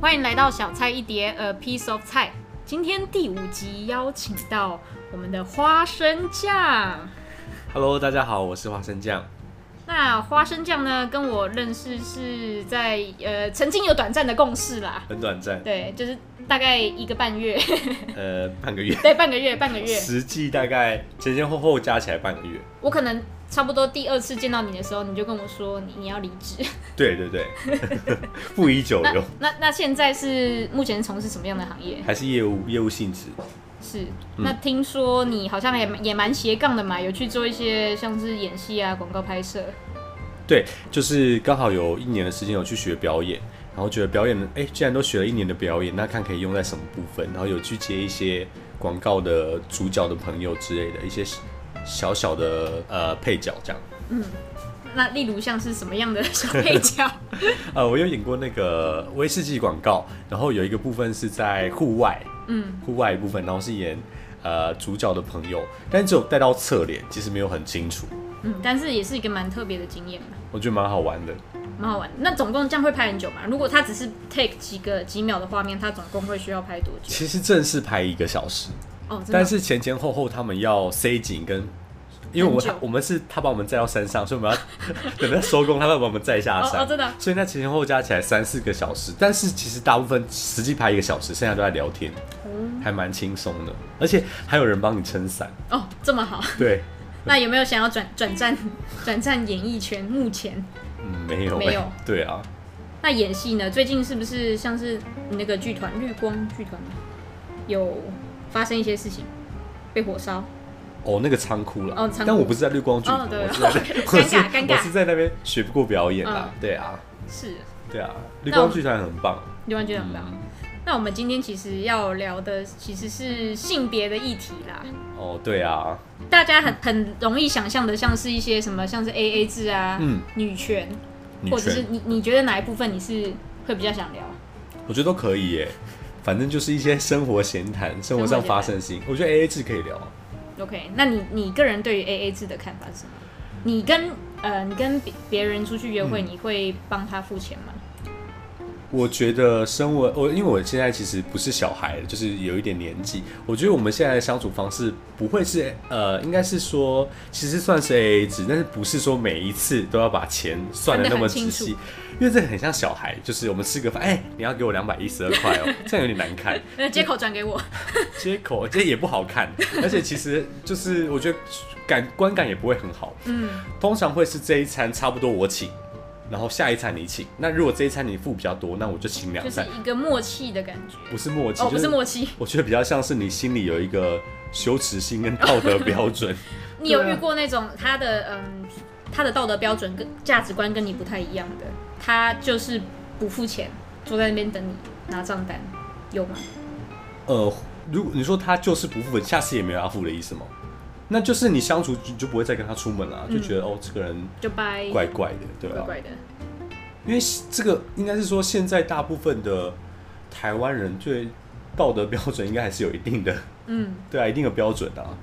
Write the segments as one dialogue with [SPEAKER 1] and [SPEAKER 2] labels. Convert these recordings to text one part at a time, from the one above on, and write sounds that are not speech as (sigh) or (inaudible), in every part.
[SPEAKER 1] 欢迎来到小菜一碟，A piece of 菜。今天第五集邀请到我们的花生酱。
[SPEAKER 2] Hello，大家好，我是花生酱。
[SPEAKER 1] 那花生酱呢，跟我认识是在呃曾经有短暂的共事啦，
[SPEAKER 2] 很短暂，
[SPEAKER 1] 对，就是大概一个半月， (laughs)
[SPEAKER 2] 呃，半个月，
[SPEAKER 1] 对，半个月，半个月。
[SPEAKER 2] 实际大概前前后后加起来半个月。
[SPEAKER 1] 我可能差不多第二次见到你的时候，你就跟我说你你要离职。
[SPEAKER 2] 对对对， (laughs) 不宜久
[SPEAKER 1] 那
[SPEAKER 2] 留，
[SPEAKER 1] 那那现在是目前从事什么样的行业？
[SPEAKER 2] 还是业务业务性质。
[SPEAKER 1] 是，那听说你好像也蛮也蛮斜杠的嘛，有去做一些像是演戏啊、广告拍摄。
[SPEAKER 2] 对，就是刚好有一年的时间有去学表演，然后觉得表演，哎、既然都学了一年的表演，那看可以用在什么部分，然后有去接一些广告的主角的朋友之类的一些小小的呃配角这样。
[SPEAKER 1] 那例如像是什么样的 (laughs) 小配
[SPEAKER 2] (laughs)
[SPEAKER 1] 角？
[SPEAKER 2] 呃，我有演过那个威士忌广告，然后有一个部分是在户外，
[SPEAKER 1] 嗯，
[SPEAKER 2] 户外的部分，然后是演呃主角的朋友，但只有带到侧脸，其实没有很清楚，
[SPEAKER 1] 嗯，但是也是一个蛮特别的经验嘛，
[SPEAKER 2] 我觉得蛮好玩的。
[SPEAKER 1] 蛮好玩。那总共这样会拍很久嘛？如果他只是 take 几个几秒的画面，他总共会需要拍多久？
[SPEAKER 2] 其实正式拍一个小时，
[SPEAKER 1] 哦，真的
[SPEAKER 2] 但是前前后后他们要塞紧跟。因为我
[SPEAKER 1] 很久
[SPEAKER 2] 们我们是他把我们载到山上，所以我们要 (laughs) 等他收工，他再把我们载下山。
[SPEAKER 1] 哦哦真的
[SPEAKER 2] 所以那前前后后加起来三四个小时，但是其实大部分实际拍一个小时，剩下都在聊天，
[SPEAKER 1] 哦
[SPEAKER 2] 还蛮轻松的，而且还有人帮你撑伞。
[SPEAKER 1] 哦这么好。 (laughs)
[SPEAKER 2] 对，
[SPEAKER 1] 那有没有想要转转战 (laughs) 转战演艺圈？目前
[SPEAKER 2] 嗯，没有、
[SPEAKER 1] 没
[SPEAKER 2] 欸
[SPEAKER 1] 有
[SPEAKER 2] (laughs) 对啊，
[SPEAKER 1] 那演戏呢？最近是不是像是你那个剧团绿光剧团有发生一些事情，被火烧？
[SPEAKER 2] 哦，那个仓库啦，
[SPEAKER 1] 哦仓库
[SPEAKER 2] 但我不是在绿光剧
[SPEAKER 1] 哦
[SPEAKER 2] 团，
[SPEAKER 1] 对
[SPEAKER 2] 我 (laughs) 是在我是
[SPEAKER 1] 尴尬尴尬
[SPEAKER 2] 我是在那边学过表演啦，对啊，
[SPEAKER 1] 是
[SPEAKER 2] 对啊，绿
[SPEAKER 1] 那我啊
[SPEAKER 2] 光剧团很棒，
[SPEAKER 1] 六万剧团吧？
[SPEAKER 2] 嗯
[SPEAKER 1] 那我们今天其实要聊的其实是性别的议题啦，
[SPEAKER 2] 哦，对啊，
[SPEAKER 1] 大家很很容易想象的，像是一些什么，像是 A A 制啊，
[SPEAKER 2] 嗯，
[SPEAKER 1] 女权，
[SPEAKER 2] 女
[SPEAKER 1] 或者是
[SPEAKER 2] 权，
[SPEAKER 1] 你你觉得哪一部分你是会比较想聊？
[SPEAKER 2] 我觉得都可以耶，反正就是一些生活闲谈，生活上发生的事情，我觉得 A A 制可以聊啊。
[SPEAKER 1] OK，那你你个人对于 AA 制的看法是什么？你跟呃，你跟别别人出去约会，
[SPEAKER 2] 嗯
[SPEAKER 1] 你会帮他付钱吗？
[SPEAKER 2] 我觉得生活，我因为我现在其实不是小孩了，就是有一点年纪。我觉得我们现在的相处方式不会是呃，应该是说，其实算是 A A 制，但是不是说每一次都要把钱算的那么仔
[SPEAKER 1] 分得很清
[SPEAKER 2] 细，因为这很像小孩，就是我们吃个饭，哎、你要给我两百一十二块哦， (laughs) 这样有点难看，
[SPEAKER 1] 那接呃口转给我，
[SPEAKER 2] 接口这也不好看，而且其实就是我觉得感观感也不会很好。
[SPEAKER 1] 嗯，
[SPEAKER 2] 通常会是这一餐差不多我请，然后下一餐你请。那如果这一餐你付比较多，那我就请两
[SPEAKER 1] 就是
[SPEAKER 2] 餐。
[SPEAKER 1] 一个默契的感觉。
[SPEAKER 2] 不是默契，
[SPEAKER 1] 哦，
[SPEAKER 2] 就
[SPEAKER 1] 不是默契，
[SPEAKER 2] 我觉得比较像是你心里有一个羞耻心跟道德标
[SPEAKER 1] (laughs)
[SPEAKER 2] 准。
[SPEAKER 1] 你
[SPEAKER 2] 啊
[SPEAKER 1] 有遇过那种他的嗯，他的道德标准跟价值观跟你不太一样的，他就是不付钱，坐在那边等你拿账单，有吗？
[SPEAKER 2] 呃，如果你说他就是不付，下次也没有要付的意思吗？那就是你相处就就不会再跟他出门了，就觉得、哦这个人
[SPEAKER 1] 就掰
[SPEAKER 2] 怪怪的，对吧？
[SPEAKER 1] 嗯怪怪的，
[SPEAKER 2] 因为这个应该是说现在大部分的台湾人对道德标准应该还是有一定的，
[SPEAKER 1] 嗯。
[SPEAKER 2] (laughs) 对啊，一定的标准啊。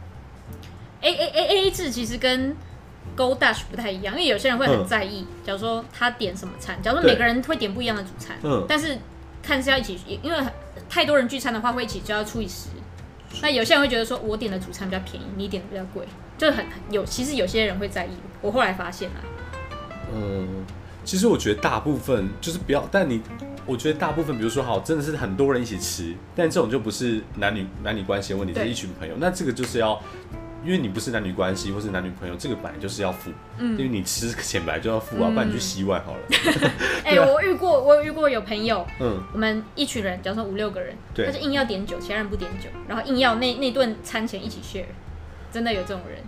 [SPEAKER 1] A A A A 制其实跟 Go Dash 不太一样，因为有些人会很在意，假如说他点什么餐，假如说
[SPEAKER 2] 对
[SPEAKER 1] 每个人会点不一样的主餐，
[SPEAKER 2] 嗯
[SPEAKER 1] 但是看是要一起，因为太多人聚餐的话会一起就要除以十。那有些人会觉得说，我点的主餐比较便宜，你点的比较贵，就很有。其实有些人会在意，我后来发现啦，
[SPEAKER 2] 嗯，其实我觉得大部分就是不要，但你，我觉得大部分，比如说好，真的是很多人一起吃，但这种就不是男女男女关系的问题，
[SPEAKER 1] 对
[SPEAKER 2] 是一群朋友，那这个就是要，因为你不是男女关系或是男女朋友，这个本来就是要付，因为你吃钱本来就要付啊，不然你去洗碗好了，
[SPEAKER 1] 哎、
[SPEAKER 2] 对啊
[SPEAKER 1] 我遇过，我有遇过有朋友，
[SPEAKER 2] 嗯，
[SPEAKER 1] 我们一群人，假如说五六个人，
[SPEAKER 2] 对
[SPEAKER 1] 他就硬要点酒，其他人不点酒，然后硬要那那顿餐钱一起 share，真的有这种人。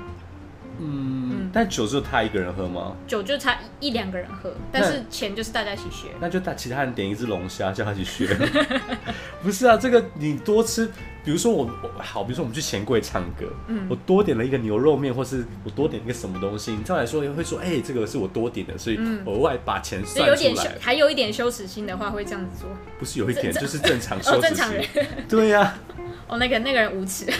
[SPEAKER 2] 但酒只有他一个人喝吗？
[SPEAKER 1] 酒就差一一两个人喝，但是钱就是大家一起学。
[SPEAKER 2] 那就带其他人点一只龙虾，叫他去学。 (laughs) 不是啊，这个你多吃，比如说我我好，比如说我们去钱柜唱歌，
[SPEAKER 1] 嗯
[SPEAKER 2] 我多点了一个牛肉面，或是我多点一个什么东西，你照来说也会说，哎、这个是我多点的，所以额外把钱
[SPEAKER 1] 所以嗯
[SPEAKER 2] 算
[SPEAKER 1] 有
[SPEAKER 2] 出
[SPEAKER 1] 点羞
[SPEAKER 2] 来，，
[SPEAKER 1] 还有一点羞耻心的话，会这样子做。
[SPEAKER 2] 不是有一点，
[SPEAKER 1] 这
[SPEAKER 2] 就是正常
[SPEAKER 1] (laughs) 哦，
[SPEAKER 2] 收
[SPEAKER 1] 正
[SPEAKER 2] 拾
[SPEAKER 1] 常人
[SPEAKER 2] 型。。对呀、
[SPEAKER 1] 哦，那个那个人无耻。 (laughs)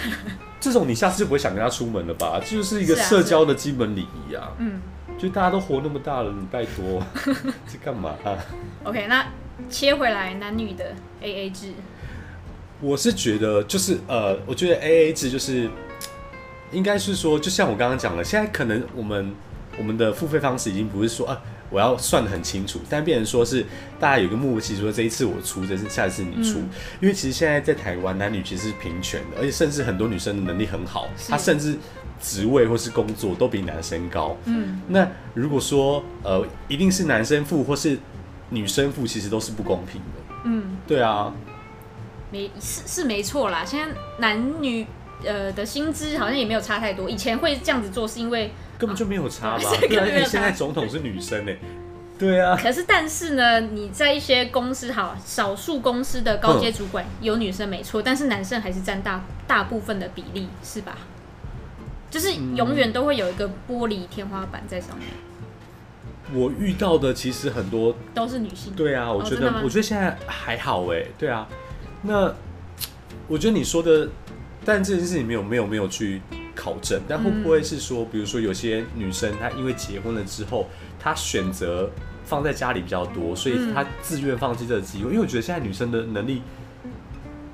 [SPEAKER 2] 这种你下次就不会想跟他出门了吧？这就是一个
[SPEAKER 1] 是啊
[SPEAKER 2] 社交的基本礼仪啊。
[SPEAKER 1] 嗯 (laughs)
[SPEAKER 2] 就大家都活那么大了，你拜托，这干嘛啊、
[SPEAKER 1] ，OK，那切回来男女的 AA 制，
[SPEAKER 2] 我是觉得就是呃，我觉得 A A 制就是呃应该是说，就像我刚刚讲的，现在可能我们我们的付费方式已经不是说啊。我要算得很清楚，但变成说是大家有一个默契，说这一次我出，这次下一次你出，
[SPEAKER 1] 嗯
[SPEAKER 2] 因为其实现在在台湾男女其实是平权的，而且甚至很多女生的能力很好，
[SPEAKER 1] 是
[SPEAKER 2] 她甚至职位或是工作都比男生高，
[SPEAKER 1] 嗯，
[SPEAKER 2] 那如果说呃，一定是男生付或是女生付，其实都是不公平的。
[SPEAKER 1] 嗯，
[SPEAKER 2] 对啊，
[SPEAKER 1] 没是是没错啦。现在男女呃的薪资好像也没有差太多，以前会这样子做是因为，
[SPEAKER 2] 根本就没有差吧？
[SPEAKER 1] 啊 (laughs) 这个
[SPEAKER 2] 对啊，
[SPEAKER 1] 没有
[SPEAKER 2] 因为
[SPEAKER 1] 差
[SPEAKER 2] 现在总统是女生呢、欸对啊，
[SPEAKER 1] 可是但是呢，你在一些公司好，少数公司的高阶主管有女生没错，但是男生还是占大大部分的比例，是吧？就是永远都会有一个玻璃天花板在上面，
[SPEAKER 2] 我遇到的其实很多。
[SPEAKER 1] 都是女性。
[SPEAKER 2] 对啊，我
[SPEAKER 1] 哦
[SPEAKER 2] 觉
[SPEAKER 1] 真
[SPEAKER 2] 得、
[SPEAKER 1] 的吗
[SPEAKER 2] 我觉得现在还好哎、对啊，那我觉得你说的，但这件事情没有没有没有去考证，但会不会是说，比如说有些女生她因为结婚了之后，她选择放在家里比较多，所以
[SPEAKER 1] 嗯
[SPEAKER 2] 她自愿放弃这个机会，因为我觉得现在女生的能力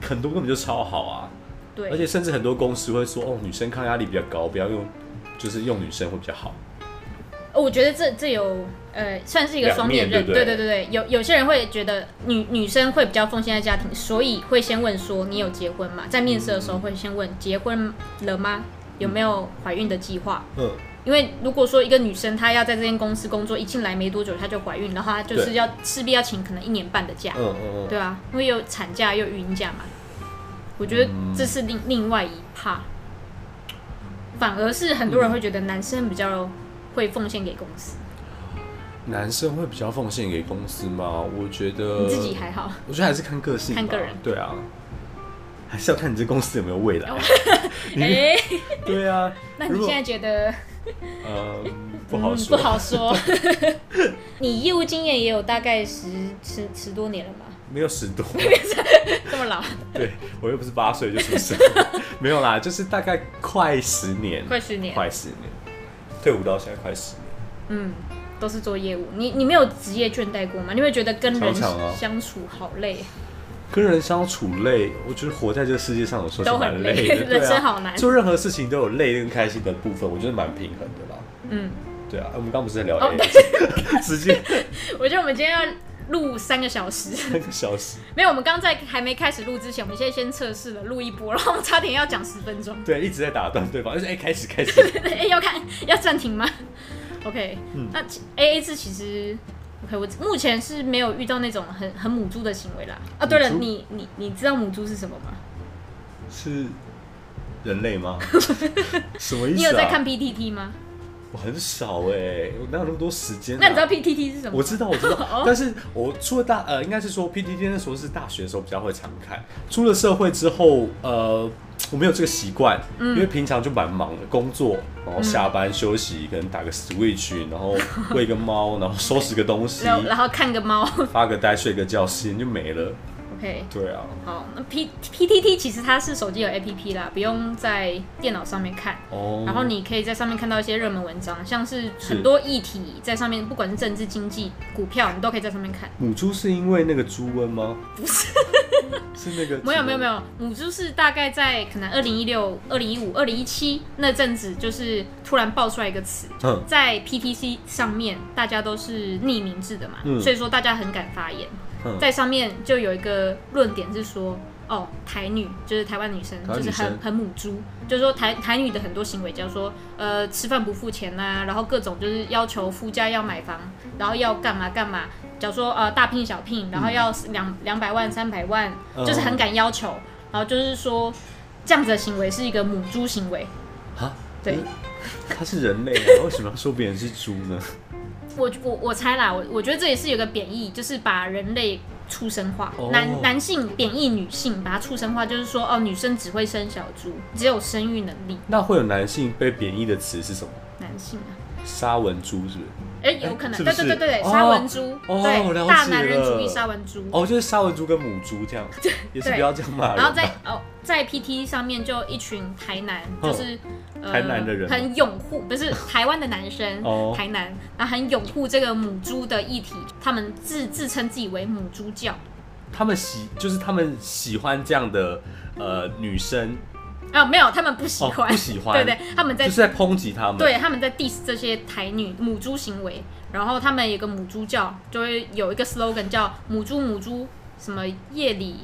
[SPEAKER 2] 很多根本就超好啊，
[SPEAKER 1] 对，
[SPEAKER 2] 而且甚至很多公司会说，哦，女生抗压力比较高，不要用，就是用女生会比较好。
[SPEAKER 1] 哦，我觉得这这有呃，算是一个双面刃，
[SPEAKER 2] 两面对不对
[SPEAKER 1] 对对对有有些人会觉得女女生会比较奉献在家庭，所以会先问说你有结婚吗？在面试的时候会先问结婚了吗？有没有怀孕的计划？
[SPEAKER 2] 嗯，
[SPEAKER 1] 因为如果说一个女生她要在这间公司工作，一进来没多久她就怀孕，然后她就是
[SPEAKER 2] 对
[SPEAKER 1] 要势必要请可能一年半的假，
[SPEAKER 2] 嗯嗯嗯，
[SPEAKER 1] 对啊，因为有产假又孕假嘛。我觉得这是另另外一怕，反而是很多人会觉得男生比较会奉献给公司。
[SPEAKER 2] 男生会比较奉献给公司吗？我觉得
[SPEAKER 1] 你自己还好，
[SPEAKER 2] 我觉得还是看个性吧，
[SPEAKER 1] 看个人
[SPEAKER 2] 对啊，还是要看你这公司有没有未 (laughs) 来。啊
[SPEAKER 1] 哦
[SPEAKER 2] 呃
[SPEAKER 1] 哎、
[SPEAKER 2] (laughs) 对啊，
[SPEAKER 1] 那
[SPEAKER 2] 如
[SPEAKER 1] 你
[SPEAKER 2] 果
[SPEAKER 1] 现在觉得
[SPEAKER 2] 呃不好
[SPEAKER 1] 嗯、
[SPEAKER 2] 说，
[SPEAKER 1] 不好
[SPEAKER 2] (laughs)
[SPEAKER 1] 说。你业务经验也有大概十十十多年了吧？
[SPEAKER 2] 没有十
[SPEAKER 1] (laughs)
[SPEAKER 2] 多，
[SPEAKER 1] 这么老，
[SPEAKER 2] 对我又不是八岁就出
[SPEAKER 1] (laughs)
[SPEAKER 2] 生，没有啦，就是大概快十年，
[SPEAKER 1] 快十年，
[SPEAKER 2] 快十年，退伍到现在快十年，
[SPEAKER 1] 嗯，都是做业务。你你没有职业倦怠过吗？你会觉得跟人
[SPEAKER 2] 常常啊
[SPEAKER 1] 相处好累，啊
[SPEAKER 2] 跟人相处累，我觉得活在这个世界上，有时候是
[SPEAKER 1] 都很
[SPEAKER 2] 蛮
[SPEAKER 1] 累
[SPEAKER 2] 累的，对
[SPEAKER 1] 人
[SPEAKER 2] 啊，
[SPEAKER 1] 生好难
[SPEAKER 2] 做任何事情都有累跟开心的部分，我觉得蛮平衡的啦。
[SPEAKER 1] 嗯，
[SPEAKER 2] 对啊，我们刚不是在聊
[SPEAKER 1] 哦
[SPEAKER 2] A，、直 (laughs) 接
[SPEAKER 1] (laughs) 我觉得我们今天要录三个小时， (laughs)
[SPEAKER 2] 三个小时。
[SPEAKER 1] 没有，我们刚在还没开始录之前，我们现在先测试了录一波，然后我们差点要讲十分钟。 (laughs)
[SPEAKER 2] 对，一直在打断对方，就是哎、开始开始，
[SPEAKER 1] 哎、要看要暂停吗？OK，、那
[SPEAKER 2] 嗯
[SPEAKER 1] A A 制其实 OK，我目前是没有遇到那种很很母猪的行为啦。啊，对了，
[SPEAKER 2] 母猪
[SPEAKER 1] 你你你知道母猪是什么吗？
[SPEAKER 2] 是人
[SPEAKER 1] (laughs)
[SPEAKER 2] 类吗？什么意思、啊？啊
[SPEAKER 1] 你有在看？P T T 吗？
[SPEAKER 2] 我很少哎、我哪有那么多时间、啊？
[SPEAKER 1] 那你知道？P T T 是什么吗？
[SPEAKER 2] (laughs) 我知道，我
[SPEAKER 1] (laughs)
[SPEAKER 2] 知
[SPEAKER 1] 哦
[SPEAKER 2] 道，但是我出了大呃，应该是说 PDD 那时候是大学的时候比较会常看，出了社会之后，呃，我没有这个习惯，
[SPEAKER 1] 嗯
[SPEAKER 2] 因为平常就蛮忙的，工作，然后下班休息，可能打个 Switch，然后喂个猫，然后收拾个东西，
[SPEAKER 1] (laughs) 然后然后看个猫。 (laughs)
[SPEAKER 2] 发个呆，睡个觉，时间就没了。
[SPEAKER 1] OK，
[SPEAKER 2] 对啊，
[SPEAKER 1] 好，那 P P T T 其实它是手机有 A P P 啦，不用在电脑上面看。
[SPEAKER 2] 哦，
[SPEAKER 1] 然后你可以在上面看到一些热门文章，像是
[SPEAKER 2] 是
[SPEAKER 1] 很多议题在上面，不管是政治、经济、股票，你都可以在上面看。
[SPEAKER 2] 母猪是因为那个猪瘟吗？不 (laughs) 是，是那个
[SPEAKER 1] 没有没有没
[SPEAKER 2] 有，
[SPEAKER 1] 有，母猪是大概在可能二零一六、二零一五、二零一七那阵子，就是突然爆出来一个词，
[SPEAKER 2] 嗯，
[SPEAKER 1] 在 PTC 上面大家都是匿名制的嘛，
[SPEAKER 2] 嗯
[SPEAKER 1] 所以说大家很敢发言，
[SPEAKER 2] 嗯
[SPEAKER 1] 在上面就有一个论点是说。哦，台女就是台湾女生，
[SPEAKER 2] 台湾
[SPEAKER 1] 就
[SPEAKER 2] 女
[SPEAKER 1] 是
[SPEAKER 2] 生
[SPEAKER 1] 很很母猪，就是说台台女的很多行为，叫说呃吃饭不付钱呐、然后各种就是要求夫家要买房，然后要干嘛干嘛，假如说呃大聘小聘，然后要两两百万三百万，
[SPEAKER 2] 嗯
[SPEAKER 1] 就是很敢要求，然后就是说这样子的行为是一个母猪行为，
[SPEAKER 2] 啊，
[SPEAKER 1] 对，
[SPEAKER 2] 它是人类啊，为什么要说别人是猪呢？ (laughs)
[SPEAKER 1] 我我我猜啦，我我觉得这也是有个贬义，就是把人类畜生化，
[SPEAKER 2] 哦
[SPEAKER 1] 男男性贬义女性，把它畜生化，就是说哦，女生只会生小猪，只有生育能力，
[SPEAKER 2] 那会有男性被贬义的词是什么？
[SPEAKER 1] 男性啊，
[SPEAKER 2] 沙文猪是不是？
[SPEAKER 1] 哎，有可能，
[SPEAKER 2] 是不
[SPEAKER 1] 对
[SPEAKER 2] 是
[SPEAKER 1] 对对对对，
[SPEAKER 2] 哦
[SPEAKER 1] 沙文猪，
[SPEAKER 2] 哦了解
[SPEAKER 1] 对，大男人主义
[SPEAKER 2] 了
[SPEAKER 1] 沙文猪，
[SPEAKER 2] 哦，就是沙文猪跟母猪这样，也是不要这样骂人。啊
[SPEAKER 1] 然后在哦，在 PT 上面就一群台南，
[SPEAKER 2] 嗯
[SPEAKER 1] 就是、呃
[SPEAKER 2] 台南的人吗
[SPEAKER 1] 很拥护，不是台湾的男生，
[SPEAKER 2] 哦
[SPEAKER 1] 台南，然后很拥护这个母猪的议题，他们自自称自己为母猪教，
[SPEAKER 2] 他们喜，就是他们喜欢这样的呃女生，
[SPEAKER 1] 啊、没有，他们不喜
[SPEAKER 2] 哦
[SPEAKER 1] 欢，
[SPEAKER 2] 不喜欢
[SPEAKER 1] 对对，他们在、
[SPEAKER 2] 就是在抨击他们。
[SPEAKER 1] 对他们在 diss 这些台女母猪行为，然后他们有一个母猪教，就会有一个 slogan 叫母猪母猪什么夜里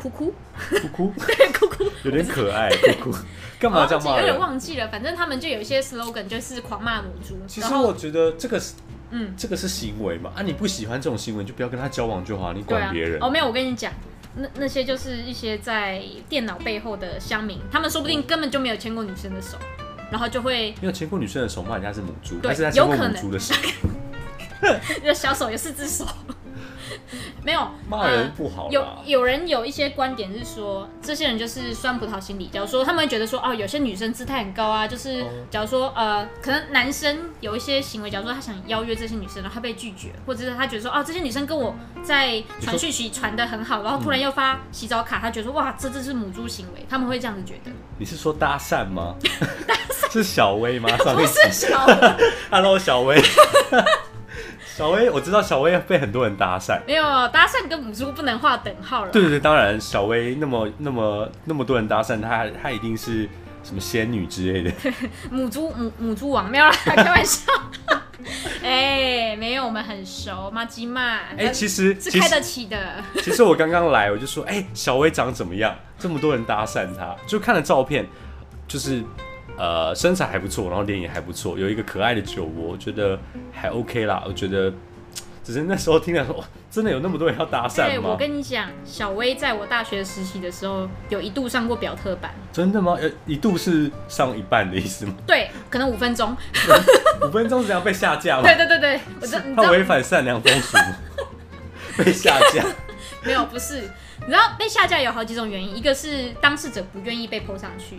[SPEAKER 1] 哭哭，
[SPEAKER 2] 哭哭，
[SPEAKER 1] (laughs) 对哭哭。
[SPEAKER 2] 有点可爱，哭哭，干啊嘛这样
[SPEAKER 1] 我
[SPEAKER 2] 骂
[SPEAKER 1] 忘记有
[SPEAKER 2] 人
[SPEAKER 1] 点？忘记了，反正他们就有一些 slogan 就是狂骂母猪，
[SPEAKER 2] 其
[SPEAKER 1] 然
[SPEAKER 2] 实
[SPEAKER 1] 后
[SPEAKER 2] 我觉得这个是，
[SPEAKER 1] 嗯，
[SPEAKER 2] 这个是行为嘛，啊，你不喜欢这种行为，你就不要跟他交往就好，你
[SPEAKER 1] 对
[SPEAKER 2] 管
[SPEAKER 1] 啊
[SPEAKER 2] 别人。
[SPEAKER 1] 哦，没有，我跟你讲，那那些就是一些在电脑背后的乡民，他们说不定根本就没有牵过女生的手，然后就会 (laughs)
[SPEAKER 2] 没有牵过女生的手，骂人家是母猪，
[SPEAKER 1] 对
[SPEAKER 2] 但是他牵过
[SPEAKER 1] 有可
[SPEAKER 2] 母
[SPEAKER 1] 能啊
[SPEAKER 2] 猪
[SPEAKER 1] (laughs)
[SPEAKER 2] 的手，
[SPEAKER 1] 那小手有四只手， (laughs) 没有呃
[SPEAKER 2] 骂人不好
[SPEAKER 1] 有
[SPEAKER 2] 啦。
[SPEAKER 1] 有人有一些观点是说，这些人就是酸葡萄心理。假如说他们会觉得说，哦，有些女生姿态很高啊，就是
[SPEAKER 2] 哦
[SPEAKER 1] 假如说呃，可能男生有一些行为，假如说他想邀约这些女生，然后他被拒绝，或者是他觉得说，哦，这些女生跟我在传讯息传的很好，然后突然又发洗澡卡，他觉得说，哇，这这是母猪行为，他们会这样子觉
[SPEAKER 2] (laughs)
[SPEAKER 1] 得，
[SPEAKER 2] 你是说搭讪
[SPEAKER 1] (laughs)
[SPEAKER 2] 吗？ (laughs) 是小薇吗？上
[SPEAKER 1] 不
[SPEAKER 2] 一集
[SPEAKER 1] 是小
[SPEAKER 2] Hello，小薇。 (laughs) 小薇，我知道小薇被很多人搭讪。
[SPEAKER 1] 没有搭讪跟母猪不能画等号了。
[SPEAKER 2] 对对对，当然，小薇那么那么那么多人搭讪，她她一定是什么仙女
[SPEAKER 1] (laughs)
[SPEAKER 2] 之类的。
[SPEAKER 1] 母猪母母猪王没有啦，开玩笑。 (laughs) 哎、没有，我们很熟，妈鸡嘛。
[SPEAKER 2] 哎、其实
[SPEAKER 1] 是
[SPEAKER 2] 其
[SPEAKER 1] 开
[SPEAKER 2] 实
[SPEAKER 1] 得起的。
[SPEAKER 2] 其实我刚刚来，我就说，哎、小薇长怎么样？这么多人搭讪她，就看了照片，就是呃身材还不错，然后脸也还不错，有一个可爱的酒窝，我觉得还 OK 啦。我觉得只是那时候听了说，哇真的有那么多人要搭
[SPEAKER 1] 对，
[SPEAKER 2] 讪
[SPEAKER 1] 我
[SPEAKER 2] 吗？
[SPEAKER 1] 跟你讲，小薇在我大学时期的时候，有一度上过表特版，
[SPEAKER 2] 真的吗？呃，一度是上一半的意思吗？
[SPEAKER 1] 对，可能五分钟。
[SPEAKER 2] 五分钟只要被下架吗
[SPEAKER 1] 对？对对对，我知你知
[SPEAKER 2] 他
[SPEAKER 1] 道
[SPEAKER 2] 违反善良风
[SPEAKER 1] (laughs)
[SPEAKER 2] 俗吗，被下架。
[SPEAKER 1] 没有？不是，你知道被下架有好几种原因，一个是当事者不愿意被 PO 上去，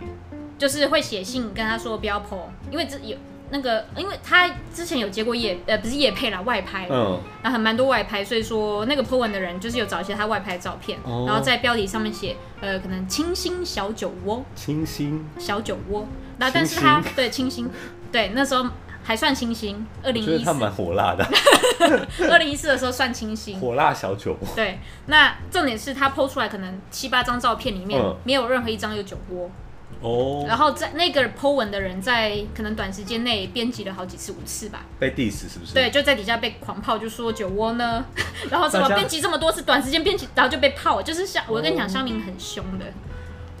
[SPEAKER 1] 就是会写信跟他说不要 PO，因为这有那个，因为他之前有接过夜呃不是夜配啦，外拍，
[SPEAKER 2] 嗯，
[SPEAKER 1] 然后很蛮多外拍，所以说那个 po 文的人就是有找一些他外拍的照片，
[SPEAKER 2] 哦
[SPEAKER 1] 然后在标题上面写呃可能清新小酒窝，
[SPEAKER 2] 清新，
[SPEAKER 1] 小酒窝，那
[SPEAKER 2] 清
[SPEAKER 1] 但是他对清新，对那时候还算清新，二
[SPEAKER 2] 我
[SPEAKER 1] 零
[SPEAKER 2] 觉得
[SPEAKER 1] 一
[SPEAKER 2] 他
[SPEAKER 1] 四
[SPEAKER 2] 蛮火辣的，
[SPEAKER 1] 二零一四的时候算清新。
[SPEAKER 2] 火辣小酒窝。
[SPEAKER 1] 对，那重点是他 PO 出来可能七八张照片里面、
[SPEAKER 2] 嗯
[SPEAKER 1] 没有任何一张有酒窝，
[SPEAKER 2] 哦，
[SPEAKER 1] 然后在那个 PO 文的人在可能短时间内编辑了好几次五次吧，
[SPEAKER 2] 被 diss 是不是？
[SPEAKER 1] 对，就在底下被狂炮，就说酒窝呢， (laughs) 然后怎么
[SPEAKER 2] 大家
[SPEAKER 1] 编辑这么多次，短时间编辑，然后就被炮，就是像我跟你讲，
[SPEAKER 2] 哦
[SPEAKER 1] 乡民很凶的，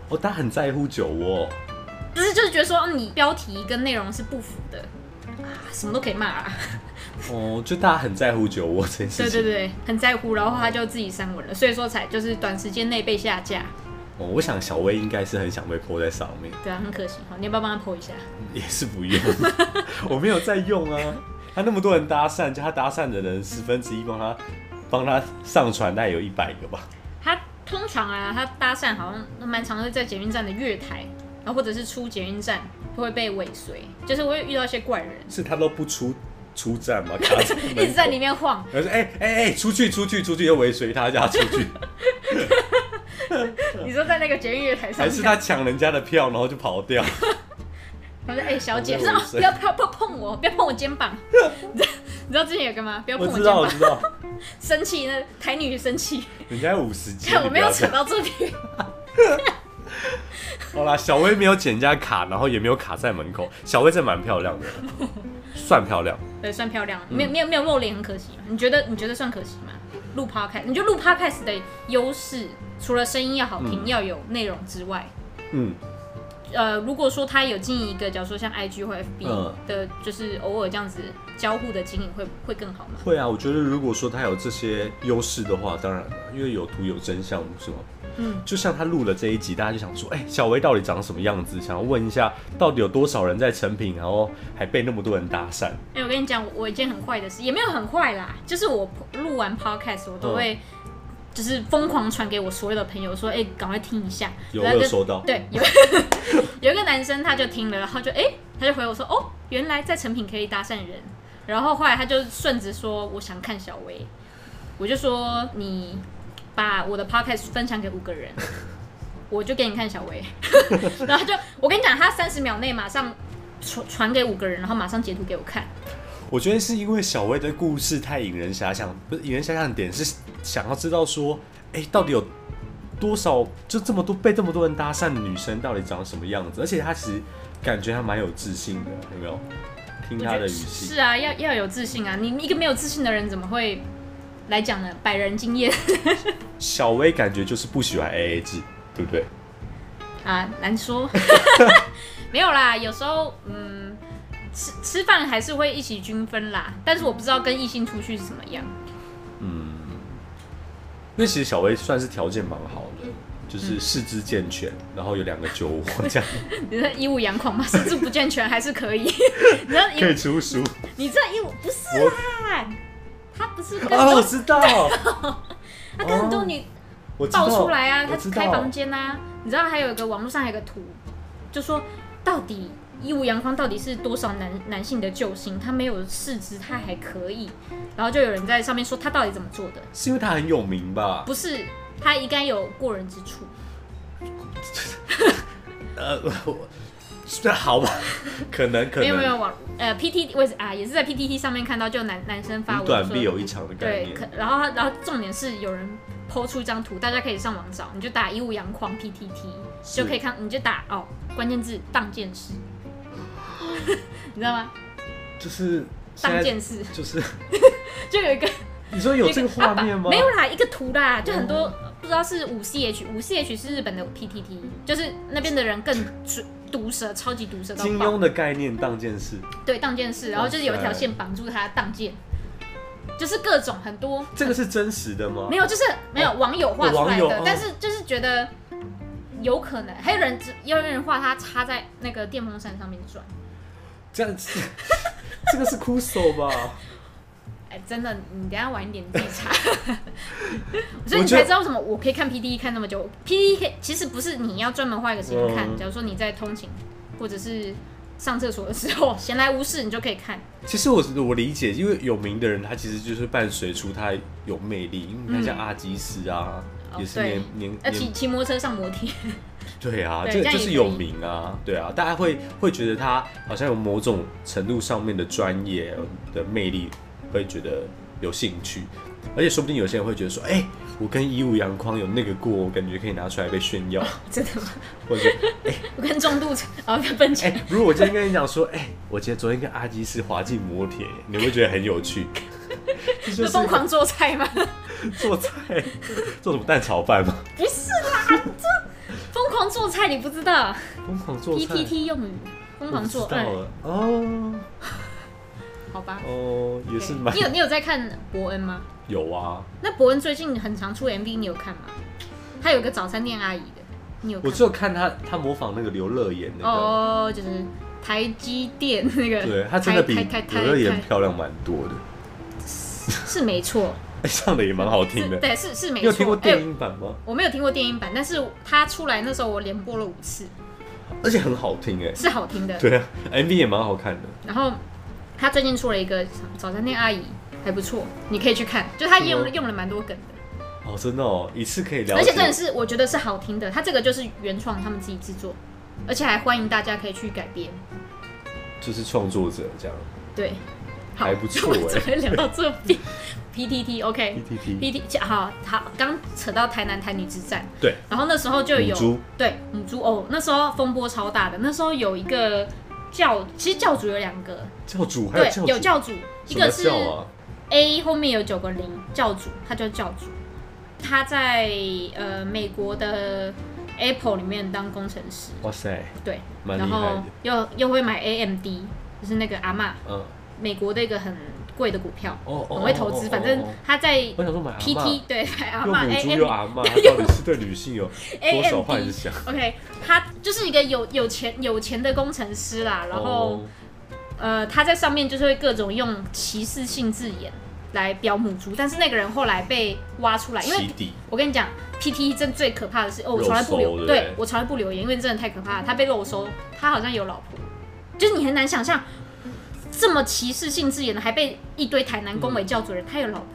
[SPEAKER 2] 哦，他很在乎酒窝。
[SPEAKER 1] 只是就是觉得说嗯你标题跟内容是不符的啊，什么都可以骂啊，
[SPEAKER 2] 哦，就大家很在乎酒窝这件事
[SPEAKER 1] 对
[SPEAKER 2] 情。
[SPEAKER 1] 对对，很在乎，然后他就自己删文了，所以说才就是短时间内被下架，
[SPEAKER 2] 哦，我想小薇应该是很想被泼在上面，
[SPEAKER 1] 对啊，很可惜哈，你要不要帮他 PO 一下？
[SPEAKER 2] 也是不用， (laughs) 我没有在用啊。他那么多人搭讪，就他搭讪的人十分之一帮他帮他上传，大概有一百个吧。
[SPEAKER 1] 他通常啊，他搭讪好像蛮常会在捷运站的月台，然后或者是出捷运站就会被尾随，就是我会遇到一些怪人，
[SPEAKER 2] 是他都不出出站嘛，卡在门
[SPEAKER 1] (laughs)
[SPEAKER 2] 口
[SPEAKER 1] 一直在里面晃。
[SPEAKER 2] 然后说：“哎哎哎，出去出去出去！”又尾随他家出
[SPEAKER 1] (laughs)
[SPEAKER 2] 去，
[SPEAKER 1] 你说在那个捷运月台上
[SPEAKER 2] 还是他抢人家的票，然后就
[SPEAKER 1] (laughs)
[SPEAKER 2] 跑掉。
[SPEAKER 1] 他说：“哎、小姐，
[SPEAKER 2] 我
[SPEAKER 1] 不
[SPEAKER 2] 在
[SPEAKER 1] 要 (laughs)
[SPEAKER 2] 我
[SPEAKER 1] 不要不要碰我，不要碰我肩膀。 (laughs) 你知道之前有个吗？不要碰
[SPEAKER 2] 我知
[SPEAKER 1] 肩
[SPEAKER 2] 道，我
[SPEAKER 1] 膀，
[SPEAKER 2] 知道，
[SPEAKER 1] 生气那台女生气。
[SPEAKER 2] 人家五十斤，
[SPEAKER 1] 看
[SPEAKER 2] (laughs) 你
[SPEAKER 1] 我
[SPEAKER 2] 不
[SPEAKER 1] 没有
[SPEAKER 2] 要
[SPEAKER 1] 扯
[SPEAKER 2] 这
[SPEAKER 1] 到
[SPEAKER 2] 样。
[SPEAKER 1] 这边，
[SPEAKER 2] 好啦，小薇没有捡人家卡，然后也没有卡在门口。小薇真的蛮漂亮的，算漂亮。
[SPEAKER 1] 对，算漂
[SPEAKER 2] 嗯
[SPEAKER 1] 亮，没有没有没有露脸，很可惜嘛。你觉得你觉得算可惜吗？录 podcast，你觉得录 podcast 的优势，除了声音要好听，要有内容之外，
[SPEAKER 2] 嗯，
[SPEAKER 1] 呃，如果说他有经营一个，假如说像 IG 或 FB
[SPEAKER 2] 嗯
[SPEAKER 1] 的，就是偶尔这样子交互的经营，会会更好吗？
[SPEAKER 2] 会啊，我觉得如果说他有这些优势的话，当然了，因为有图有真相，不是吗？
[SPEAKER 1] 嗯，
[SPEAKER 2] 就像他录了这一集，大家就想说，哎、小薇到底长什么样子？想要问一下，到底有多少人在成品，然后还被那么多人搭讪？
[SPEAKER 1] 哎、我跟你讲，我一件很坏的事，也没有很坏啦，就是我录完 podcast，我都
[SPEAKER 2] 嗯
[SPEAKER 1] 会就是疯狂传给我所有的朋友说，哎、赶快听一下。
[SPEAKER 2] 有
[SPEAKER 1] 然
[SPEAKER 2] 我
[SPEAKER 1] 后
[SPEAKER 2] 有
[SPEAKER 1] 就
[SPEAKER 2] 收到，
[SPEAKER 1] 对，有 (laughs) 有一个男生他就听了，然后就哎、他就回我说，哦，原来在成品可以搭讪人。然后后来他就顺着说我想看小薇，我就说你把我的 podcast 分享给五个人，我就给你看小薇。 (laughs) 然后他就我跟你讲，他三十秒内马上传传给五个人，然后马上截图给我看。
[SPEAKER 2] 我觉得是因为小薇的故事太引人遐想，不是引人遐想的点是想要知道说，哎、到底有多少就这么多被这么多人搭讪的女生到底长什么样子？而且她其实感觉她蛮有自信的，有没有？听
[SPEAKER 1] 我
[SPEAKER 2] 她
[SPEAKER 1] 觉得
[SPEAKER 2] 的语
[SPEAKER 1] 是
[SPEAKER 2] 气，
[SPEAKER 1] 是啊，要要有自信啊！你你一个没有自信的人怎么会来讲呢？百人经验
[SPEAKER 2] 小薇感觉就是不喜欢 AA 制，对不对？
[SPEAKER 1] 啊，难
[SPEAKER 2] (laughs)
[SPEAKER 1] 说。没有啦，有时候嗯，吃吃饭还是会一起均分啦，但是我不知道跟异性出去是怎么样。
[SPEAKER 2] 因为其实小薇算是条件蛮好的，就是
[SPEAKER 1] 嗯
[SPEAKER 2] 四肢健全，然后有两个酒窝，这样
[SPEAKER 1] (laughs) 你这一物养狂
[SPEAKER 2] (laughs)
[SPEAKER 1] 吗？四肢不健全还是可以。你这
[SPEAKER 2] 可以
[SPEAKER 1] 一
[SPEAKER 2] 出书。
[SPEAKER 1] 你这一物不是
[SPEAKER 2] 我
[SPEAKER 1] 啦，他不是跟很
[SPEAKER 2] 啊，我
[SPEAKER 1] 多、
[SPEAKER 2] 知道，
[SPEAKER 1] 他跟很多女
[SPEAKER 2] 我知道
[SPEAKER 1] 爆出来啊，
[SPEAKER 2] (laughs) 我
[SPEAKER 1] 他
[SPEAKER 2] 知
[SPEAKER 1] 开
[SPEAKER 2] 道
[SPEAKER 1] 房间啊，你知道还有一个网络上还有一个图，就说到底义务阳光到底是多少男男性的救星？他没有四肢，他还可以，然后就有人在上面说他到底怎么做的？
[SPEAKER 2] 是因为他很有名吧？
[SPEAKER 1] 不是，他应该有过人之处。
[SPEAKER 2] 呃，我是好吧， (laughs) 可能可能
[SPEAKER 1] 没有没有网呃 PTT 我也是啊也是在 PTT 上面看到，就男男生发
[SPEAKER 2] 苦
[SPEAKER 1] 文
[SPEAKER 2] 短
[SPEAKER 1] 说
[SPEAKER 2] 必有一长的概
[SPEAKER 1] 对，可
[SPEAKER 2] 念。
[SPEAKER 1] 然后然后重点是有人抛出一张图，大家可以上网找，你就打“一物阳光 PTT”
[SPEAKER 2] 是
[SPEAKER 1] 就可以看，你就打哦关键字“当剑士”， (laughs) 你知道吗？
[SPEAKER 2] 就是
[SPEAKER 1] 当
[SPEAKER 2] 现在
[SPEAKER 1] 剑士 (laughs)
[SPEAKER 2] 就是
[SPEAKER 1] 就有一个
[SPEAKER 2] 你说 (laughs) 有这个
[SPEAKER 1] 一阿
[SPEAKER 2] 画
[SPEAKER 1] 爸
[SPEAKER 2] 面吗？哦
[SPEAKER 1] 没有啦，一个图啦，就很多、不知道是五 CH，五 CH 是日本的 PTT，就是那边的人更准毒舌，超级毒舌到
[SPEAKER 2] 金
[SPEAKER 1] 爆
[SPEAKER 2] 庸。的概念当件事，
[SPEAKER 1] 对，当剑士，然后就是有一条线绑住他当剑，就是各种很多。
[SPEAKER 2] 这个是真实的吗
[SPEAKER 1] 没？有，就是没有网友画出来
[SPEAKER 2] 网友
[SPEAKER 1] 的
[SPEAKER 2] 哦，
[SPEAKER 1] 但是就是觉得有可能，还有人只有人画它插在那个电风扇上面转，
[SPEAKER 2] 这样子，这个是酷手吧？
[SPEAKER 1] 哎、真的，你等一下晚一点自己查， (laughs) 所以
[SPEAKER 2] 我
[SPEAKER 1] 你
[SPEAKER 2] 觉
[SPEAKER 1] 才
[SPEAKER 2] 得
[SPEAKER 1] 知道为什么我可以看 P D E 看那么久，P D E 可以其实不是你要专门花一个时间看，
[SPEAKER 2] 嗯
[SPEAKER 1] 假如说你在通勤或者是上厕所的时候闲来无事，你就可以看，
[SPEAKER 2] 其实我我理解，因为有名的人，他其实就是伴随出他有魅力。你看像阿基斯啊，
[SPEAKER 1] 嗯哦
[SPEAKER 2] 也是
[SPEAKER 1] 对
[SPEAKER 2] 年年
[SPEAKER 1] 呃，骑
[SPEAKER 2] 年，
[SPEAKER 1] 骑摩托车上摩天， (laughs)
[SPEAKER 2] 对啊，
[SPEAKER 1] 对
[SPEAKER 2] 这
[SPEAKER 1] 这样
[SPEAKER 2] 就
[SPEAKER 1] 也可
[SPEAKER 2] 是
[SPEAKER 1] 以
[SPEAKER 2] 有名啊，对啊，大家会会觉得他好像有某种程度上面的专业的魅力，会觉得有兴趣。而且说不定有些人会觉得说，哎、我跟一五阳光有那个过，我感觉可以拿出来被炫耀， (laughs)
[SPEAKER 1] 真的吗？ (laughs)
[SPEAKER 2] 或者说
[SPEAKER 1] 我跟重度啊分
[SPEAKER 2] 哎、
[SPEAKER 1] 钱，
[SPEAKER 2] 如果我今天跟你讲说，哎、我今天昨天跟阿基斯滑进摩铁，你会觉得很
[SPEAKER 1] (laughs)
[SPEAKER 2] 有趣。这就
[SPEAKER 1] 就是疯狂做菜
[SPEAKER 2] (laughs)
[SPEAKER 1] 吗？
[SPEAKER 2] 做菜，做什么蛋炒饭吗？
[SPEAKER 1] 不是啦，这疯狂做菜你不知道
[SPEAKER 2] 疯狂做菜，
[SPEAKER 1] ，PPT 用语，疯狂做
[SPEAKER 2] 我不知道
[SPEAKER 1] 爱，
[SPEAKER 2] 了哦
[SPEAKER 1] 好吧。
[SPEAKER 2] 哦，也是
[SPEAKER 1] 对
[SPEAKER 2] 蛮
[SPEAKER 1] 你有你有在看伯恩吗？
[SPEAKER 2] 有啊。
[SPEAKER 1] 那伯恩最近很常出 MV，你有看吗？他有个早餐店阿姨的，你有
[SPEAKER 2] 我
[SPEAKER 1] 看吗？
[SPEAKER 2] 只有看他，他模仿那个刘乐言那个，
[SPEAKER 1] 哦，就是台积电那个，
[SPEAKER 2] 对他真的比
[SPEAKER 1] 台台台
[SPEAKER 2] 刘乐言
[SPEAKER 1] 台
[SPEAKER 2] 漂亮蛮多的，
[SPEAKER 1] 是没错，
[SPEAKER 2] 哎，唱的也蛮好听
[SPEAKER 1] 是
[SPEAKER 2] 的。
[SPEAKER 1] 对，是是没
[SPEAKER 2] 你
[SPEAKER 1] 错。
[SPEAKER 2] 有听过
[SPEAKER 1] 哎
[SPEAKER 2] 电音版吗？
[SPEAKER 1] 我没有听过电影版，但是他出来那时候我连播了五次，
[SPEAKER 2] 而且很好听哎。
[SPEAKER 1] 是好听的。
[SPEAKER 2] 对啊，MV 也蛮好看的。
[SPEAKER 1] 然后他最近出了一个早餐店阿姨，还不错，你可以去看。就他也
[SPEAKER 2] 什么
[SPEAKER 1] 用用了蛮多梗的，
[SPEAKER 2] 哦，真的哦，一次可以了解。
[SPEAKER 1] 而且真的是我觉得是好听的。他这个就是原创，他们自己制作，
[SPEAKER 2] 嗯
[SPEAKER 1] 而且还欢迎大家可以去改编。
[SPEAKER 2] 就是创作者这样
[SPEAKER 1] 对，好，
[SPEAKER 2] 还不错
[SPEAKER 1] (laughs)
[SPEAKER 2] 欸
[SPEAKER 1] 我怎么聊到这边 (laughs) ？PTT OK。
[SPEAKER 2] ，PTT
[SPEAKER 1] P T 好好，刚扯到台南台女之战，
[SPEAKER 2] 对，
[SPEAKER 1] 然后那时候就
[SPEAKER 2] 母
[SPEAKER 1] 有
[SPEAKER 2] 猪
[SPEAKER 1] 对母猪哦，那时候风波超大的，那时候有一个教，其实教主有两个，
[SPEAKER 2] 教主还有
[SPEAKER 1] 对
[SPEAKER 2] 教，主，
[SPEAKER 1] 有教主，一个
[SPEAKER 2] 什
[SPEAKER 1] 是
[SPEAKER 2] 么教啊，
[SPEAKER 1] A 后面有九个零，教主，他叫教主，他在呃美国的 Apple 里面当工程师，
[SPEAKER 2] 哇塞，
[SPEAKER 1] 对，
[SPEAKER 2] 蛮厉
[SPEAKER 1] 然
[SPEAKER 2] 害的
[SPEAKER 1] 后，又又会买 AMD，就是那个阿嬷，
[SPEAKER 2] 嗯，
[SPEAKER 1] 美国的一个很贵的股票，
[SPEAKER 2] 哦
[SPEAKER 1] 很会投资，反正他在
[SPEAKER 2] 我想说买阿嬷
[SPEAKER 1] PT 对买阿
[SPEAKER 2] 又
[SPEAKER 1] 嬷
[SPEAKER 2] 母猪又
[SPEAKER 1] AMD (laughs)
[SPEAKER 2] 阿嬷，他到底是对女性有多少幻
[SPEAKER 1] AMD。
[SPEAKER 2] 想？
[SPEAKER 1] OK，他就是一个有有钱有钱的工程师啦，然后、
[SPEAKER 2] 哦
[SPEAKER 1] 呃，他在上面就是会各种用歧视性字眼来表母猪，但是那个人后来被挖出啊来，因为
[SPEAKER 2] 起底
[SPEAKER 1] 我跟你讲，PT 真最可怕的是，哦，我从来不
[SPEAKER 2] 肉搜对不
[SPEAKER 1] 留，
[SPEAKER 2] 对
[SPEAKER 1] 对我从来不留言，因为真的太可怕了。他被肉搜，他好像有老婆，就是你很难想象，这么歧视性字眼的，还被一堆台南公委教主人，他有老婆，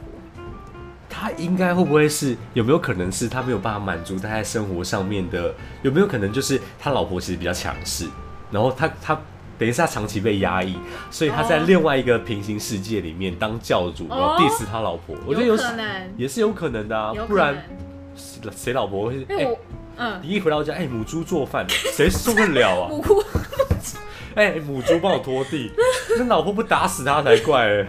[SPEAKER 2] 他应该会不会是有没有可能是他没有办法满足他在生活上面的？有没有可能就是他老婆其实比较强势，然后他他等于是他长期被压抑，所以他在
[SPEAKER 1] 哦
[SPEAKER 2] 另外一个平行世界里面当教主，然后
[SPEAKER 1] 哦
[SPEAKER 2] diss 他老婆。我觉得有
[SPEAKER 1] 可能，
[SPEAKER 2] 也是有可能的啊
[SPEAKER 1] 有，
[SPEAKER 2] 不
[SPEAKER 1] 可能
[SPEAKER 2] 然，谁谁老婆会？
[SPEAKER 1] 因
[SPEAKER 2] 哎、
[SPEAKER 1] 为我，嗯，
[SPEAKER 2] 你一回到家，哎、母猪做饭，谁受得
[SPEAKER 1] (laughs)
[SPEAKER 2] 了啊？
[SPEAKER 1] 母哭，
[SPEAKER 2] 哎、母猪帮我拖地，那老婆不打死他才怪、欸。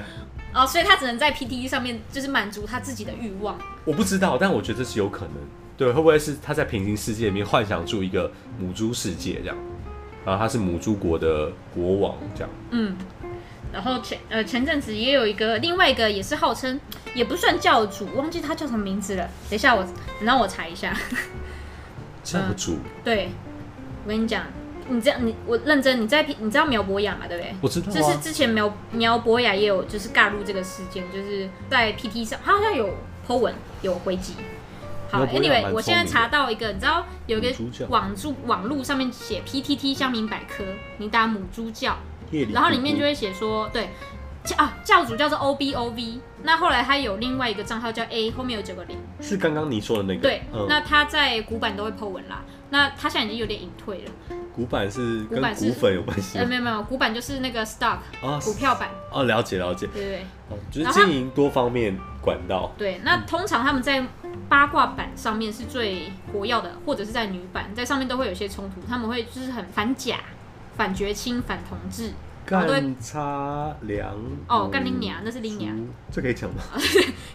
[SPEAKER 1] 哦，所以他只能在 PTE 上面就是满足他自己的欲望，
[SPEAKER 2] 我不知道，但我觉得这是有可能。对，会不会是他在平行世界里面幻想出一个母猪世界这样？然后他是母猪国的国王这样。
[SPEAKER 1] 嗯。然后前呃前阵子也有一个另外一个也是号称也不算教主，忘记他叫什么名字了。等一下我，你让我查一下。
[SPEAKER 2] 教主，
[SPEAKER 1] 对，我跟你讲，你这样你我认真，你在你知道苗博雅嘛，对不对？
[SPEAKER 2] 我知道
[SPEAKER 1] 就是
[SPEAKER 2] 啊。
[SPEAKER 1] 之前苗苗博雅也有就是尬入这个事件，就是在 PT 上，他好像有 po 文有回击。好
[SPEAKER 2] 苗博雅蛮
[SPEAKER 1] ，Anyway，我现在查到一个，你知道有一个
[SPEAKER 2] 母猪教
[SPEAKER 1] 网注网路上面写 PTT 乡民百科，你打母猪教，
[SPEAKER 2] 夜里
[SPEAKER 1] 然后里面就会写说，对，教啊教主叫做 O B O V，那后来他有另外一个账号叫 A，后面有九个零。
[SPEAKER 2] 是刚刚你说的那个。嗯
[SPEAKER 1] 对，那他在古板都会 Po 文啦。那他现在已经有点隐退了，
[SPEAKER 2] 古板是跟
[SPEAKER 1] 古板是
[SPEAKER 2] 骨粉有关系
[SPEAKER 1] 呃，
[SPEAKER 2] 吗
[SPEAKER 1] 没有没有，古板就是那个 stock
[SPEAKER 2] 啊
[SPEAKER 1] 股票版，
[SPEAKER 2] 哦，了解了解，
[SPEAKER 1] 对对
[SPEAKER 2] 哦，就是
[SPEAKER 1] 然后他哦
[SPEAKER 2] 经营多方面管道。
[SPEAKER 1] 对对。那通常他们在八卦版上面是最活跃的，或者是在女版，在上面都会有一些冲突，他们会就是很反假、反绝亲、反同志。然后都会
[SPEAKER 2] 干擦凉
[SPEAKER 1] 哦干你娘那是你娘，
[SPEAKER 2] 母猪这可以讲吗？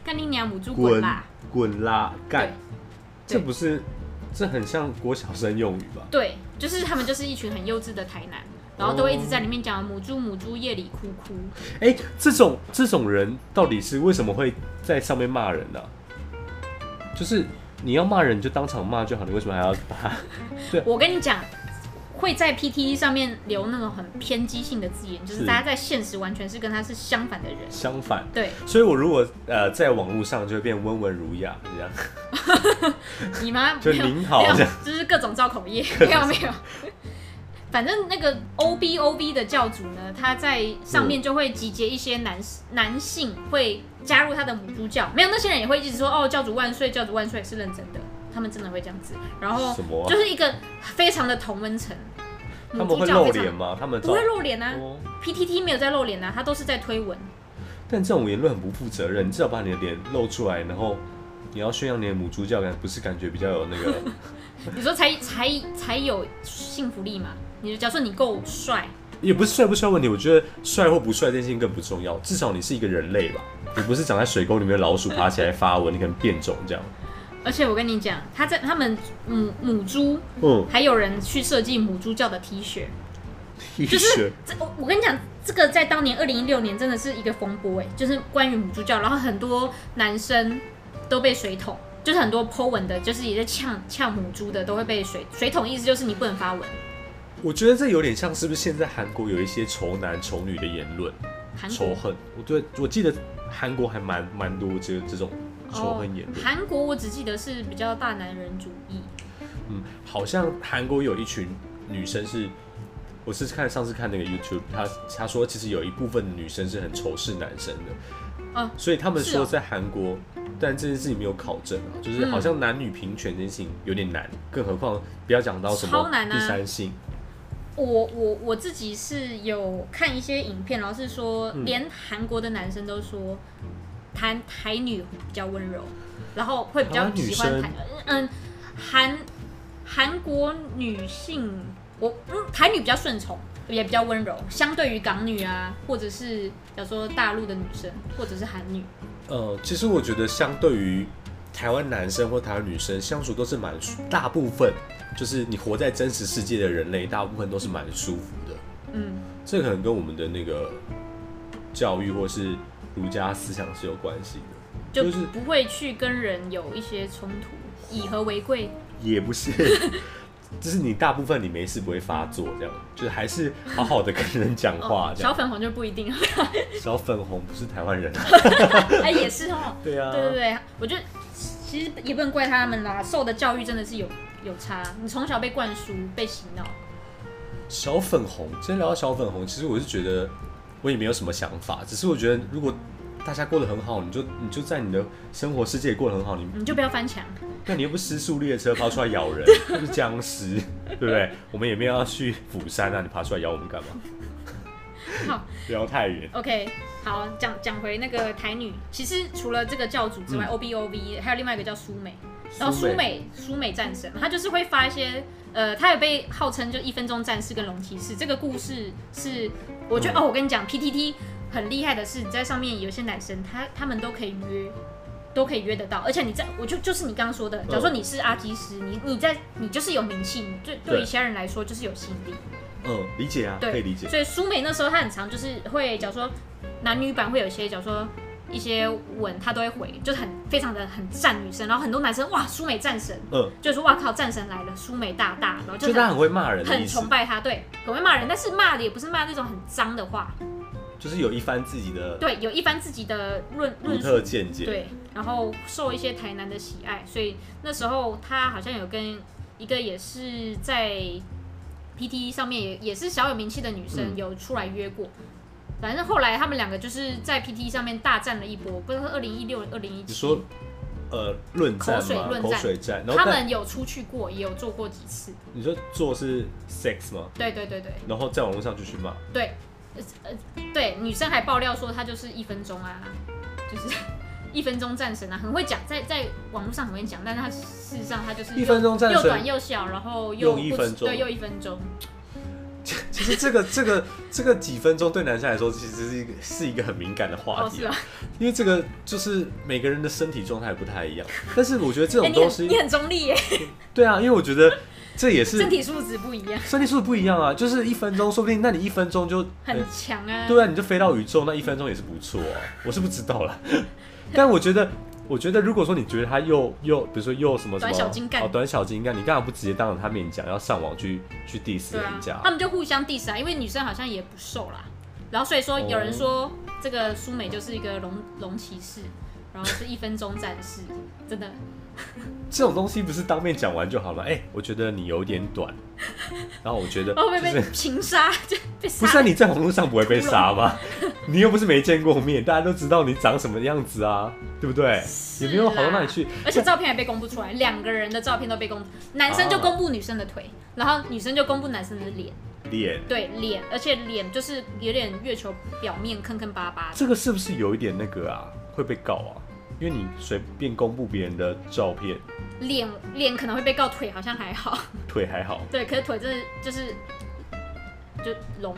[SPEAKER 1] 干你娘母猪滚啦！
[SPEAKER 2] 滚啦干
[SPEAKER 1] 对，
[SPEAKER 2] 这
[SPEAKER 1] 对
[SPEAKER 2] 不是这很像国小生用语吧？
[SPEAKER 1] 对，就是他们就是一群很幼稚的台南，然后都会一直在里面讲母猪母猪夜里哭哭。
[SPEAKER 2] 哎、这种这种人到底是为什么会在上面骂人呢、就是你要骂人你就当场骂就好，你为什么还要把他？
[SPEAKER 1] 我跟你讲，会在 PTE 上面留那种很偏激性的字眼，就是
[SPEAKER 2] 是。
[SPEAKER 1] 大家在现实完全是跟他是相反的人
[SPEAKER 2] 相反？ (laughs)
[SPEAKER 1] 对
[SPEAKER 2] 所以，我如果呃在网络上就会变温文儒雅这样，
[SPEAKER 1] 你妈
[SPEAKER 2] (laughs) 就
[SPEAKER 1] 没有
[SPEAKER 2] 您好
[SPEAKER 1] 没有
[SPEAKER 2] 这样
[SPEAKER 1] 就是各种造口
[SPEAKER 2] (laughs)
[SPEAKER 1] 业，没有没有。 (laughs) 反正那个 O B O B 的教主呢，他在上面就会集结一些
[SPEAKER 2] 嗯
[SPEAKER 1] 男、男性会加入他的母猪教，没有那些人也会一直说哦教主万岁，教主万岁是认真的，他们真的会这样子。然后
[SPEAKER 2] 什么啊
[SPEAKER 1] 哦就是一个非常的同温层，
[SPEAKER 2] 他
[SPEAKER 1] 母
[SPEAKER 2] 们
[SPEAKER 1] 猪
[SPEAKER 2] 会
[SPEAKER 1] 教
[SPEAKER 2] 露
[SPEAKER 1] 非常
[SPEAKER 2] 脸吗？他们
[SPEAKER 1] 不会露脸啊、
[SPEAKER 2] 哦
[SPEAKER 1] p t t 没有在露脸啊，他都是在推文。
[SPEAKER 2] 但这种言论很不负责任，你至少把你的脸露出来，然后你要宣扬你的母猪教，感不是感觉比较有那个？
[SPEAKER 1] 你说才才才有幸福力嘛？你假设你够帅，
[SPEAKER 2] 也不是帅不帅问题，我觉得帅或不帅这件事情更不重要，至少你是一个人类吧，你不是长在水沟里面的老鼠爬起来发文，你可能变种这样。
[SPEAKER 1] 而且我跟你讲，他在他们母母猪
[SPEAKER 2] 嗯，
[SPEAKER 1] 还有人去设计母猪教的 T 恤，
[SPEAKER 2] 医
[SPEAKER 1] 就是这我我跟你讲，这个在当年二零一六年真的是一个风波哎、就是关于母猪教，然后很多男生都被水桶，就是很多 Po 文的，就是也在呛呛母猪的都会被水水桶，意思就是你不能发文。
[SPEAKER 2] 我觉得这有点像是不是现在韩国有一些仇男仇女的言论，
[SPEAKER 1] 韩
[SPEAKER 2] 仇
[SPEAKER 1] 国
[SPEAKER 2] 恨。我对我记得韩国还蛮蛮多这这种仇恨言
[SPEAKER 1] 哦
[SPEAKER 2] 论。
[SPEAKER 1] 韩国我只记得是比较大男人主义，
[SPEAKER 2] 嗯，好像韩国有一群女生是，我是看上次看那个 YouTube，她她说其实有一部分女生是很仇视男生的，
[SPEAKER 1] 啊
[SPEAKER 2] 所以他们
[SPEAKER 1] 是
[SPEAKER 2] 说
[SPEAKER 1] 哦
[SPEAKER 2] 在韩国，但这件事情没有考证啊，就是
[SPEAKER 1] 嗯
[SPEAKER 2] 好像男女平权这件事情有点难，更何况不要讲到什么
[SPEAKER 1] 超难啊
[SPEAKER 2] 第三性，
[SPEAKER 1] 我我我自己是有看一些影片，然后是说，
[SPEAKER 2] 嗯
[SPEAKER 1] 连韩国的男生都说，台台女比较温柔，然后会比较喜欢台
[SPEAKER 2] 啊
[SPEAKER 1] 嗯韩韩国女性，我嗯台女比较顺从，也比较温柔，相对于港女啊，或者是假如说大陆的女生，或者是韩女，
[SPEAKER 2] 呃，其实我觉得相对于台湾男生或台湾女生相处都是蛮舒，大部分就是你活在真实世界的人类，大部分都是蛮舒服的。
[SPEAKER 1] 嗯，
[SPEAKER 2] 这可能跟我们的那个教育或是儒家思想是有关系的，
[SPEAKER 1] 就
[SPEAKER 2] 就是
[SPEAKER 1] 不会去跟人有一些冲突，以和为贵，哦
[SPEAKER 2] 也不是， (laughs) 就是你大部分你没事不会发作，这样就是还是好好的跟人讲话
[SPEAKER 1] 哦，
[SPEAKER 2] 这
[SPEAKER 1] 小
[SPEAKER 2] 样。
[SPEAKER 1] 粉红就不一定，
[SPEAKER 2] 小粉红不是台湾人啊，
[SPEAKER 1] (laughs) 哎也是哦。
[SPEAKER 2] 对啊，
[SPEAKER 1] 对对对，我觉得其实也不能怪他们啦，受的教育真的是有有差。你从小被灌输、被洗脑，
[SPEAKER 2] 小粉红，今天聊到小粉红，其实我是觉得我也没有什么想法，只是我觉得如果大家过得很好，你就你就在你的生活世界过得很好，你
[SPEAKER 1] 你就不要翻墙。
[SPEAKER 2] 那你又不是失速列车爬出来咬人，又不是僵尸，对不对？我们也没有要去釜山啊，你爬出来咬我们干嘛？
[SPEAKER 1] 好，
[SPEAKER 2] 不要太远。
[SPEAKER 1] OK，好，讲讲回那个台女，其实除了这个教主之外、o B O V 还有另外一个叫苏美，然后哦苏美苏美战神，她就是会发一些。呃，她也被号称就一分钟战士跟龙骑士，这个故事是我
[SPEAKER 2] 嗯
[SPEAKER 1] 觉得、哦，我跟你讲，PTT 很厉害的是，你在上面有些男生他他们都可以约，都可以约得到，而且你在我就就是你刚刚说
[SPEAKER 2] 嗯
[SPEAKER 1] 的，假如说你是阿基师，你你在你就是有名气，你对对
[SPEAKER 2] 对
[SPEAKER 1] 于其他人来说就是有吸引力。
[SPEAKER 2] 嗯，理解啊，
[SPEAKER 1] 对
[SPEAKER 2] 可以理解。
[SPEAKER 1] 所以苏美那时候她很常就是会，假如说男女版会有一些，假如说一些吻，她都会回，就是很非常的很赞女生，然后很多男生哇，苏美战神，
[SPEAKER 2] 嗯，
[SPEAKER 1] 就是说哇靠，战神来了，苏美大大，然后就
[SPEAKER 2] 就是他
[SPEAKER 1] 很
[SPEAKER 2] 很会骂人的意
[SPEAKER 1] 很
[SPEAKER 2] 思
[SPEAKER 1] 崇，拜她，对，很会骂人，但是骂的也不是骂那种很脏的话，
[SPEAKER 2] 就是有一番自己的
[SPEAKER 1] 对，有一番自己的论
[SPEAKER 2] 独
[SPEAKER 1] 论述
[SPEAKER 2] 特见解。
[SPEAKER 1] 对，然后受一些台南的喜爱，所以那时候他好像有跟一个也是在 PT 上面也也是小有名气的女生
[SPEAKER 2] 嗯
[SPEAKER 1] 有出来约过，反正后来他们两个就是在 PT 上面大战了一波，不知道二零一六、二零一
[SPEAKER 2] 你
[SPEAKER 1] 七，
[SPEAKER 2] 说，呃，论战
[SPEAKER 1] 口水
[SPEAKER 2] 嘛，
[SPEAKER 1] 论
[SPEAKER 2] 口
[SPEAKER 1] 战
[SPEAKER 2] 水战，然后
[SPEAKER 1] 他
[SPEAKER 2] 但
[SPEAKER 1] 们有出去过，也有做过几次，
[SPEAKER 2] 你说做是 sex 吗？
[SPEAKER 1] 对对对对
[SPEAKER 2] 然后在网络上就去骂，
[SPEAKER 1] 对，呃呃对，女生还爆料说她就是一分钟啊，就是 (laughs) 一分钟战神啊，很会讲，在在网络上很会讲，但是她事实上她就是
[SPEAKER 2] 一分钟战
[SPEAKER 1] 嗯又短
[SPEAKER 2] 神。
[SPEAKER 1] 又小，然后又
[SPEAKER 2] 用一
[SPEAKER 1] 不
[SPEAKER 2] 分钟
[SPEAKER 1] 对，又一分钟，
[SPEAKER 2] 其实这个这个这个几分钟对男生来说，其实是一个是一个很敏感的话
[SPEAKER 1] 哦
[SPEAKER 2] 题
[SPEAKER 1] 是，啊，
[SPEAKER 2] 因为这个就是每个人的身体状态不太
[SPEAKER 1] (laughs)
[SPEAKER 2] 一样。但是我觉得这
[SPEAKER 1] 哎
[SPEAKER 2] 种
[SPEAKER 1] 你
[SPEAKER 2] 东
[SPEAKER 1] 很
[SPEAKER 2] 西
[SPEAKER 1] 你，很中立耶，
[SPEAKER 2] 对啊，因为我觉得这也是
[SPEAKER 1] 身体素质不一样，
[SPEAKER 2] 身体素质不一样啊，就是一分钟，说不定那你一分钟就
[SPEAKER 1] 很强啊，
[SPEAKER 2] 对啊，你就飞到宇宙，那一分钟也是不错啊。我是不知道
[SPEAKER 1] (laughs)
[SPEAKER 2] 啦，但我觉得，我觉得如果说你觉得他又又，比如说又什么什么
[SPEAKER 1] 短小精干
[SPEAKER 2] 哦，短小精干，你干嘛不直接当着他面讲，要上网去去 diss
[SPEAKER 1] 对
[SPEAKER 2] 人
[SPEAKER 1] 啊
[SPEAKER 2] 家？，
[SPEAKER 1] 他们就互相 diss 啊，因为女生好像也不瘦啦，然后所以说有人说
[SPEAKER 2] 哦
[SPEAKER 1] 这个苏美就是一个龙龙骑士，然后是一分钟战士，真
[SPEAKER 2] (laughs)
[SPEAKER 1] 的
[SPEAKER 2] 这种东西不是当面讲完就好了？哎、我觉得你有点
[SPEAKER 1] (laughs)
[SPEAKER 2] 短，然后我觉得
[SPEAKER 1] 哦会
[SPEAKER 2] 就
[SPEAKER 1] 被
[SPEAKER 2] (laughs) 是。
[SPEAKER 1] 被情杀，就被
[SPEAKER 2] 不是、啊、
[SPEAKER 1] 杀，
[SPEAKER 2] 你在网络上不会被杀吗？你又不是没见过面，大家都知道你长什么样子啊，对不对？也没有好到哪里去。
[SPEAKER 1] 而且照片还被公布出来，两个人的照片都被公布，男生就
[SPEAKER 2] 啊
[SPEAKER 1] 公布女生的腿，然后女生就公布男生的脸。
[SPEAKER 2] 脸
[SPEAKER 1] 对脸，而且脸就是有点月球表面坑坑巴巴的。
[SPEAKER 2] 这个是不是有一点那个啊？会被告啊？因为你随便公布别人的照片，
[SPEAKER 1] 脸脸可能会被告，腿好像还好。 (laughs)
[SPEAKER 2] 腿还好，
[SPEAKER 1] 对，可是腿真的就是就隆，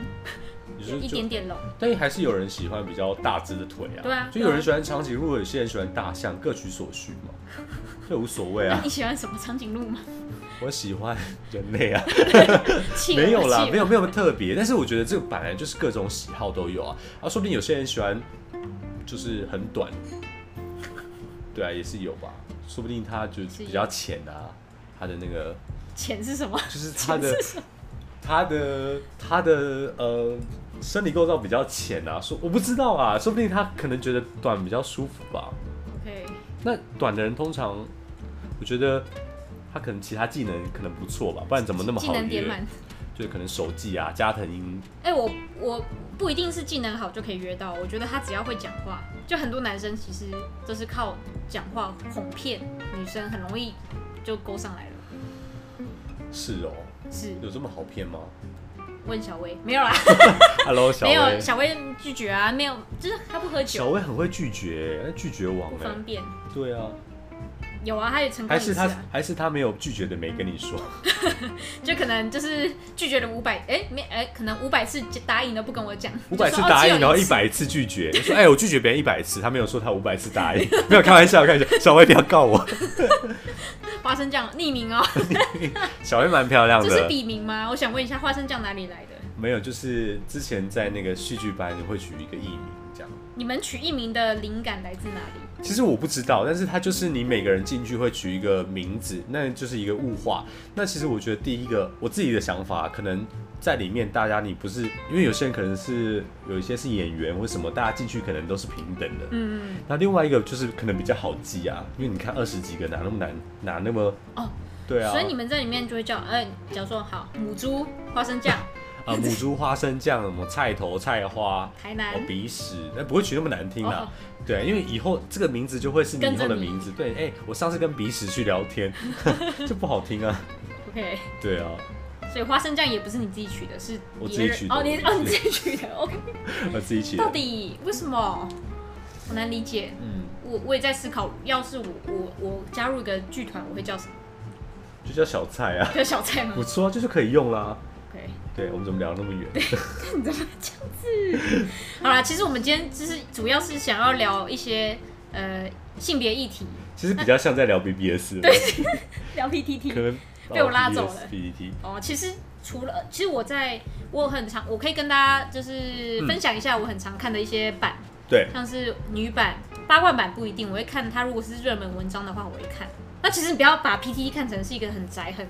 [SPEAKER 2] 你
[SPEAKER 1] 有
[SPEAKER 2] 说
[SPEAKER 1] 一
[SPEAKER 2] 就
[SPEAKER 1] 点，点隆。
[SPEAKER 2] 但还是有人喜欢比较大只的腿啊。
[SPEAKER 1] 对啊
[SPEAKER 2] 就有人喜欢长颈鹿，有些人喜欢大象，各取所需嘛。这无所谓
[SPEAKER 1] 那
[SPEAKER 2] 啊，
[SPEAKER 1] 你喜欢什么长颈鹿吗？
[SPEAKER 2] 我喜欢人类啊，
[SPEAKER 1] 企鹅
[SPEAKER 2] 没有啦，
[SPEAKER 1] 企鹅
[SPEAKER 2] 没有没有特别，但是我觉得这个本来就是各种喜好都有啊，啊，说不定有些人喜欢就是很短， (laughs) 对啊，也是有吧，说不定他就比较浅啊，他的那个
[SPEAKER 1] 钱是什么？
[SPEAKER 2] 就是他的他的他的呃生理构造比较浅啊，说我不知道啊，说不定他可能觉得短比较舒服吧。
[SPEAKER 1] OK，
[SPEAKER 2] 那短的人通常，我觉得他可能其他技能可能不错吧，不然怎么那么
[SPEAKER 1] 技
[SPEAKER 2] 好
[SPEAKER 1] 能点
[SPEAKER 2] 约？
[SPEAKER 1] 满。
[SPEAKER 2] 就是可能手技啊，加藤鹰
[SPEAKER 1] 哎、我我不一定是技能好就可以约到，我觉得他只要会讲话，就很多男生其实都是靠讲话哄骗女生，很容易就勾上来了。
[SPEAKER 2] 是哦，
[SPEAKER 1] 是
[SPEAKER 2] 有这么好骗吗
[SPEAKER 1] 问小薇没有啦。
[SPEAKER 2] ？Hello，小
[SPEAKER 1] 没有
[SPEAKER 2] 薇，
[SPEAKER 1] 小薇拒绝啊，没有，就是他不喝
[SPEAKER 2] 小
[SPEAKER 1] 酒，
[SPEAKER 2] 薇很会拒绝，拒绝王
[SPEAKER 1] 不
[SPEAKER 2] 哎、
[SPEAKER 1] 方便。
[SPEAKER 2] 对啊，
[SPEAKER 1] 有啊，他也成功
[SPEAKER 2] 还
[SPEAKER 1] 一
[SPEAKER 2] 是
[SPEAKER 1] 次、
[SPEAKER 2] 他
[SPEAKER 1] 啊，
[SPEAKER 2] 还是他没有拒绝的没跟
[SPEAKER 1] (laughs)
[SPEAKER 2] 你说，
[SPEAKER 1] 就可能就是拒绝了五百，哎，没，哎，可能五百次答应都不跟我讲，
[SPEAKER 2] 五百
[SPEAKER 1] 就
[SPEAKER 2] 次
[SPEAKER 1] 说
[SPEAKER 2] 答应，然后一。
[SPEAKER 1] 哦只有
[SPEAKER 2] 百次拒绝。说
[SPEAKER 1] (laughs)
[SPEAKER 2] 哎、我拒绝别人一百次，他没有说他五百次答应， (laughs) 没有开玩笑，开玩笑。小薇不要告我，
[SPEAKER 1] 次花生酱匿名哦，
[SPEAKER 2] 小薇蛮漂亮
[SPEAKER 1] 这是
[SPEAKER 2] 的。
[SPEAKER 1] 笔名吗？我想问一下，花生酱哪里来的？
[SPEAKER 2] 没有，就是之前在那个戏剧班，你会取一个艺名这样。
[SPEAKER 1] 你们取艺名的灵感来自哪里？
[SPEAKER 2] 其实我不知道，但是它就是你每个人进去会取一个名字，那就是一个物化。那其实我觉得第一个我自己的想法，可能在里面大家你不是因为有些人可能是有一些是演员或什么，大家进去可能都是平等的。
[SPEAKER 1] 嗯，
[SPEAKER 2] 那另外一个就是可能比较好记啊，因为你看二十几个哪那么难，哪那么
[SPEAKER 1] 哦，
[SPEAKER 2] 对啊？
[SPEAKER 1] 呃所以你们在里面就会叫，嗯、假如说好母猪、花生酱、 (laughs)
[SPEAKER 2] 啊，母猪花生酱，什么菜头菜花，
[SPEAKER 1] 台南
[SPEAKER 2] 哦，鼻屎，那不会取那么难听啊啦。
[SPEAKER 1] 哦
[SPEAKER 2] 对，因为以后这个名字就会是你以后
[SPEAKER 1] 跟着
[SPEAKER 2] 的
[SPEAKER 1] 你
[SPEAKER 2] 名字。对，哎、我上次跟鼻屎去聊
[SPEAKER 1] (laughs)
[SPEAKER 2] 天，这不好听啊。
[SPEAKER 1] ，OK。
[SPEAKER 2] 对
[SPEAKER 1] (laughs)
[SPEAKER 2] 啊，
[SPEAKER 1] 所以花生酱也不是你自己取的，是
[SPEAKER 2] 我
[SPEAKER 1] 别人
[SPEAKER 2] 自己取的
[SPEAKER 1] 哦，你
[SPEAKER 2] 我
[SPEAKER 1] 哦你
[SPEAKER 2] 自
[SPEAKER 1] 自己取
[SPEAKER 2] (laughs)
[SPEAKER 1] 的，OK。
[SPEAKER 2] 我自己起的
[SPEAKER 1] 到。底为什么？好难理解。
[SPEAKER 2] 嗯，
[SPEAKER 1] 我我也在思考，要是我我我加入一个剧团，我会叫什么？
[SPEAKER 2] 就叫小菜啊，
[SPEAKER 1] 叫小菜吗
[SPEAKER 2] 不错啊，这就可以用啦。
[SPEAKER 1] ？OK。
[SPEAKER 2] 对，我们怎么聊那么远？
[SPEAKER 1] 你怎么这样子？好啦，其实我们今天就是主要是想要聊一些呃性别议题，
[SPEAKER 2] 其实比较像在聊 BBS，对，
[SPEAKER 1] (laughs) 聊
[SPEAKER 2] 可
[SPEAKER 1] PTT。
[SPEAKER 2] 能
[SPEAKER 1] (laughs) 被我拉走了
[SPEAKER 2] BBS，PPT，
[SPEAKER 1] 哦，其实除了，其实我在我很常，我可以跟大家就是分享一下我很常看的一些版，
[SPEAKER 2] 对，
[SPEAKER 1] 像是女版、八卦版不一定，我会看它如果是热门文章的话，我会看。那其实你不要把 PTT 看成是一个很宅、很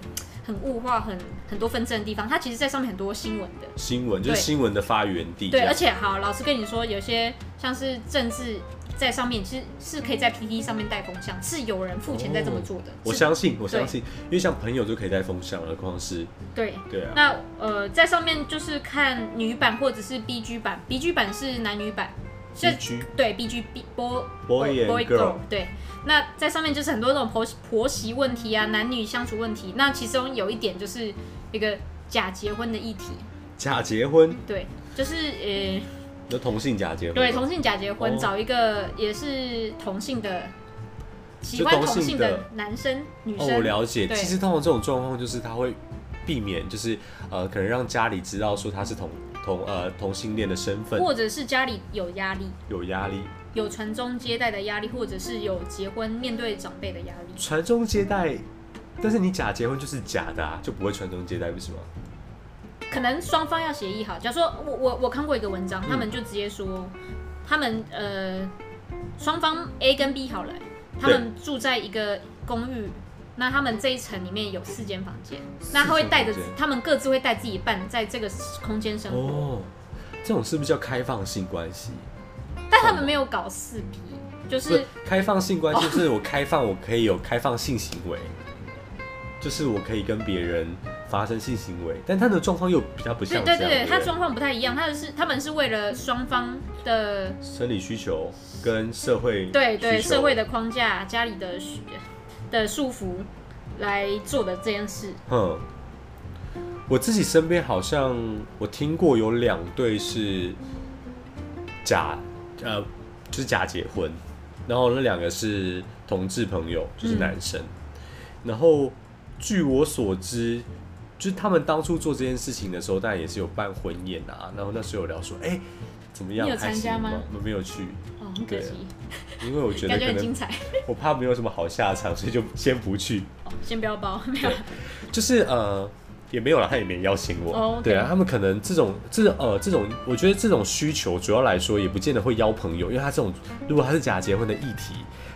[SPEAKER 1] 很物化、很很多纷争的地方，它其实在上面很多新闻的。
[SPEAKER 2] 新闻就是
[SPEAKER 1] 对
[SPEAKER 2] 新闻的发源地啊这
[SPEAKER 1] 对，
[SPEAKER 2] 样。
[SPEAKER 1] 而且好，老师跟你说，有些像是政治在上面，其实是可以在 PPT 上面带风向，是有人付钱在这么做的。
[SPEAKER 2] 哦我
[SPEAKER 1] 是
[SPEAKER 2] 相信，我相信，因为像朋友就可以带风向了，何况是
[SPEAKER 1] 对。
[SPEAKER 2] 对啊，
[SPEAKER 1] 那呃，在上面就是看女版或者是 BG 版，BG 版是男女版，所以
[SPEAKER 2] BG
[SPEAKER 1] 对 BG B boy
[SPEAKER 2] Boy and girl
[SPEAKER 1] 对。那在上面就是很多那种婆媳婆媳问题啊，男女相处问题。那其中有一点就是一个假结婚的议题，
[SPEAKER 2] 假结婚，
[SPEAKER 1] 对，就是呃。
[SPEAKER 2] 就同性假结婚，
[SPEAKER 1] 对，同性假结婚，
[SPEAKER 2] 哦
[SPEAKER 1] 找一个也是同性的，喜欢
[SPEAKER 2] 同
[SPEAKER 1] 同
[SPEAKER 2] 性
[SPEAKER 1] 性
[SPEAKER 2] 的
[SPEAKER 1] 的男生、女
[SPEAKER 2] 哦，我
[SPEAKER 1] 生，
[SPEAKER 2] 了解。
[SPEAKER 1] 对
[SPEAKER 2] 其实通常这种状况就是他会避免，就是呃，可能让家里知道说他是同同呃同性恋的身份，
[SPEAKER 1] 或者是家里有压力，
[SPEAKER 2] 有压力。
[SPEAKER 1] 有传宗接代的压力，或者是有结婚面对长辈的压力。
[SPEAKER 2] 传宗接代，但是你假结婚就是假的啊，就不会传宗接代，不是吗？
[SPEAKER 1] 可能双方要协议好，假如说我我我看过一个文章，他
[SPEAKER 2] 嗯
[SPEAKER 1] 们就直接说，他们呃双方 A 跟 B 好了，他
[SPEAKER 2] 对
[SPEAKER 1] 们住在一个公寓，那他们这一层里面有四间房间，
[SPEAKER 2] 四
[SPEAKER 1] 那他会
[SPEAKER 2] 间
[SPEAKER 1] 带
[SPEAKER 2] 房
[SPEAKER 1] 着
[SPEAKER 2] 间
[SPEAKER 1] 他们各自会带自己伴在这个空间生活。
[SPEAKER 2] 哦，这种是不是叫开放性关系？
[SPEAKER 1] 但他们没有搞四 P，就
[SPEAKER 2] 不是
[SPEAKER 1] 是
[SPEAKER 2] 开放性关系，就是我开放，我可以有开放性行为，就是我可以跟别人发生性行为，但他的状况又比较不
[SPEAKER 1] 对
[SPEAKER 2] 像
[SPEAKER 1] 对
[SPEAKER 2] 这
[SPEAKER 1] 对对，
[SPEAKER 2] 样，不
[SPEAKER 1] 他状况不太一样，他是他们是为了双方的
[SPEAKER 2] 生理需求跟社会
[SPEAKER 1] 对对
[SPEAKER 2] 需求
[SPEAKER 1] 社会的框架、家里的需的束缚来做的这件事。
[SPEAKER 2] 哼，嗯我自己身边好像我听过有两对是假，呃，就是假结婚，然后那两个是同志朋友，就是男生。然后据我所知，就是他们当初做这件事情的时候，当然也是有办婚宴啊。然后那时候有聊说，哎、怎么样？
[SPEAKER 1] 你有参加
[SPEAKER 2] 还行
[SPEAKER 1] 吗
[SPEAKER 2] 我没有去，
[SPEAKER 1] 哦，很可惜，
[SPEAKER 2] 因为我觉得
[SPEAKER 1] (laughs) 感觉
[SPEAKER 2] 可
[SPEAKER 1] 很精
[SPEAKER 2] 能
[SPEAKER 1] 彩。
[SPEAKER 2] 我怕没有什么好下场，所以就先不去。
[SPEAKER 1] 哦先不要包， (laughs) 没有啦。
[SPEAKER 2] 就是呃，也没有啦，他也没邀请我。
[SPEAKER 1] 哦，OK
[SPEAKER 2] 对啊，他们可能这种这种呃这种，我觉得这种需求主要来说也不见得会邀朋友，因为他这种如果他是假结婚的议题，